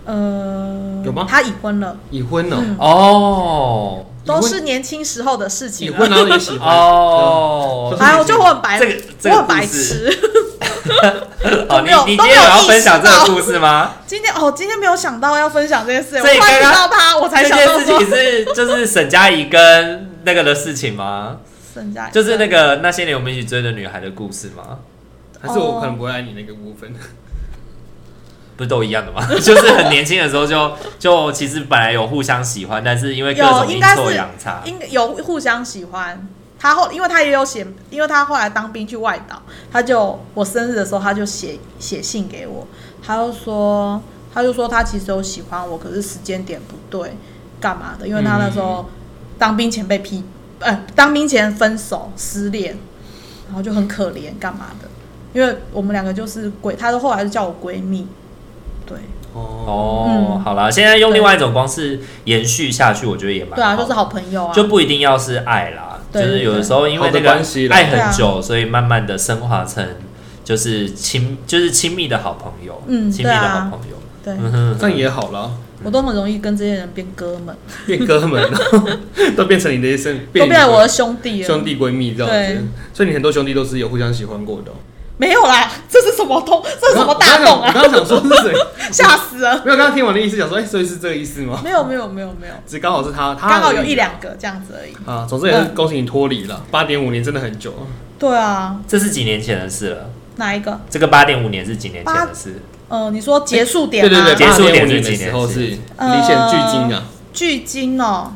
Speaker 3: 呃，
Speaker 2: 有吗
Speaker 3: 他已婚了，
Speaker 2: 已婚哦，
Speaker 3: 嗯
Speaker 1: 哦
Speaker 3: 都是年轻时候的事
Speaker 2: 已
Speaker 3: 情、
Speaker 2: 婚
Speaker 3: 啊。
Speaker 2: 然后也喜欢
Speaker 1: 哦
Speaker 2: 对，
Speaker 3: 哎，我就我很白，
Speaker 1: 这个这
Speaker 3: 我
Speaker 1: 个
Speaker 3: 很
Speaker 1: 故
Speaker 3: 白
Speaker 1: 事
Speaker 3: 痴。
Speaker 1: 哦，
Speaker 3: 都
Speaker 1: 你
Speaker 3: 没有
Speaker 1: 你
Speaker 3: 都
Speaker 1: 今天
Speaker 3: 没有
Speaker 1: 有要
Speaker 3: 意识
Speaker 1: 分享这个
Speaker 3: 到
Speaker 1: 故事吗？
Speaker 3: 今天哦，今天没有想到要分享这件事，我
Speaker 1: 所以
Speaker 3: 突然
Speaker 1: 刚刚
Speaker 3: 想到他， 我才
Speaker 1: 这
Speaker 3: 想
Speaker 1: 件
Speaker 3: 到
Speaker 1: 事
Speaker 3: 说
Speaker 1: 情是 就是沈佳宜跟那个的事情 吗？
Speaker 3: 沈佳宜
Speaker 1: 就是那个那些年我们一起追的女孩的故事吗？
Speaker 2: 啊还是我可能不会爱你那个部分。
Speaker 1: 不是都一样的吗？ 就是很年轻的时候就就其实本来有互相喜欢，但是因为各种
Speaker 3: 有
Speaker 1: 阴
Speaker 3: 应该
Speaker 1: 错
Speaker 3: 是
Speaker 1: 阳差，
Speaker 3: 应有互相喜欢。他后，因为他也有写，因为他后来当兵去外岛，他就我生日的时候，他就写写信给我，他就说，他就说他其实有喜欢我，可是时间点不对，干嘛的？因为他那时候当兵前被批，呃，当兵前分手失恋，然后就很可怜，干嘛的？因为我们两个就是闺，他都后来就叫我闺蜜，对
Speaker 2: 哦，
Speaker 1: 哦，
Speaker 3: 嗯
Speaker 1: 好啦，现在用另外一种方式延续下去，我觉得也蛮
Speaker 3: 对啊，
Speaker 1: 好
Speaker 3: 就是好朋友啊，
Speaker 1: 就不一定要是爱啦，就
Speaker 3: 对啊
Speaker 1: 是有的时候因为
Speaker 2: 好
Speaker 1: 那
Speaker 2: 的
Speaker 1: 个
Speaker 2: 关系啦
Speaker 1: 爱很久，所以慢慢的升华成就是亲，就是亲密的好朋友，
Speaker 3: 嗯
Speaker 1: 亲密的好朋友，
Speaker 3: 对
Speaker 1: 嗯哼，
Speaker 2: 这样也好啦，
Speaker 3: 我都很容易跟这些人变哥们。
Speaker 2: 变哥们了， 都变成你的一生，
Speaker 3: 都变成
Speaker 2: 你
Speaker 3: 我的兄弟了。
Speaker 2: 兄弟闺蜜这样
Speaker 3: 对
Speaker 2: 子。所以你很多兄弟都是有互相喜欢过的哦。
Speaker 3: 没有啦，这是什么通？这是什么大洞
Speaker 2: 我
Speaker 3: 啊？
Speaker 2: 刚刚想我刚刚想说是谁？
Speaker 3: 吓死了！
Speaker 2: 没有，刚刚听完的意思想说，哎，所以是这个意思吗？
Speaker 3: 没有没有没有没有，
Speaker 2: 只刚好是他，他
Speaker 3: 刚好有
Speaker 2: 而已
Speaker 3: 一两嗯个这样子而已。
Speaker 2: 啊。总之也是恭喜你脱离了，八点五年真的很久。
Speaker 3: 对啊，
Speaker 1: 这是几年前的事了，
Speaker 3: 哪一个？
Speaker 1: 这个八点五年是几年前的事，
Speaker 3: 呃，你说结束点
Speaker 2: 对
Speaker 3: 吗？
Speaker 2: 对对，
Speaker 1: 结束
Speaker 2: 8.5
Speaker 3: 嗯
Speaker 1: 点是
Speaker 2: 年
Speaker 1: 几
Speaker 2: 的
Speaker 1: 年
Speaker 2: 时候是
Speaker 1: 是
Speaker 2: 离线距今啊，
Speaker 3: 距今哦，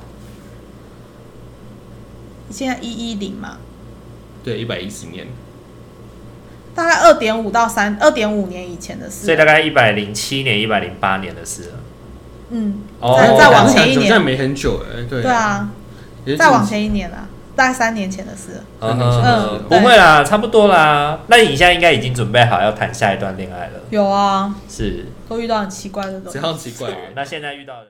Speaker 3: 现在一一零嘛，
Speaker 2: 对，一百一十年，
Speaker 3: 大概二点五到三二点五年以前的事
Speaker 1: 所以。大概一百零七年、一百零八年的事了。
Speaker 3: 嗯，
Speaker 1: 哦
Speaker 3: 再再往前一
Speaker 2: 好像
Speaker 3: 年，
Speaker 2: 没很久哎，对
Speaker 3: 对，啊，
Speaker 2: 也是
Speaker 3: 再往前一年啊，大概三年前的事了。
Speaker 2: 嗯
Speaker 1: 嗯
Speaker 3: 嗯，
Speaker 1: 不会啦，差不多啦。那你现在应该已经准备好要谈下一段恋爱了，
Speaker 3: 有啊，
Speaker 1: 是？
Speaker 3: 都遇到很奇怪的东
Speaker 2: 这
Speaker 3: 西。
Speaker 2: 样奇怪啊
Speaker 1: 好。那现在遇到的。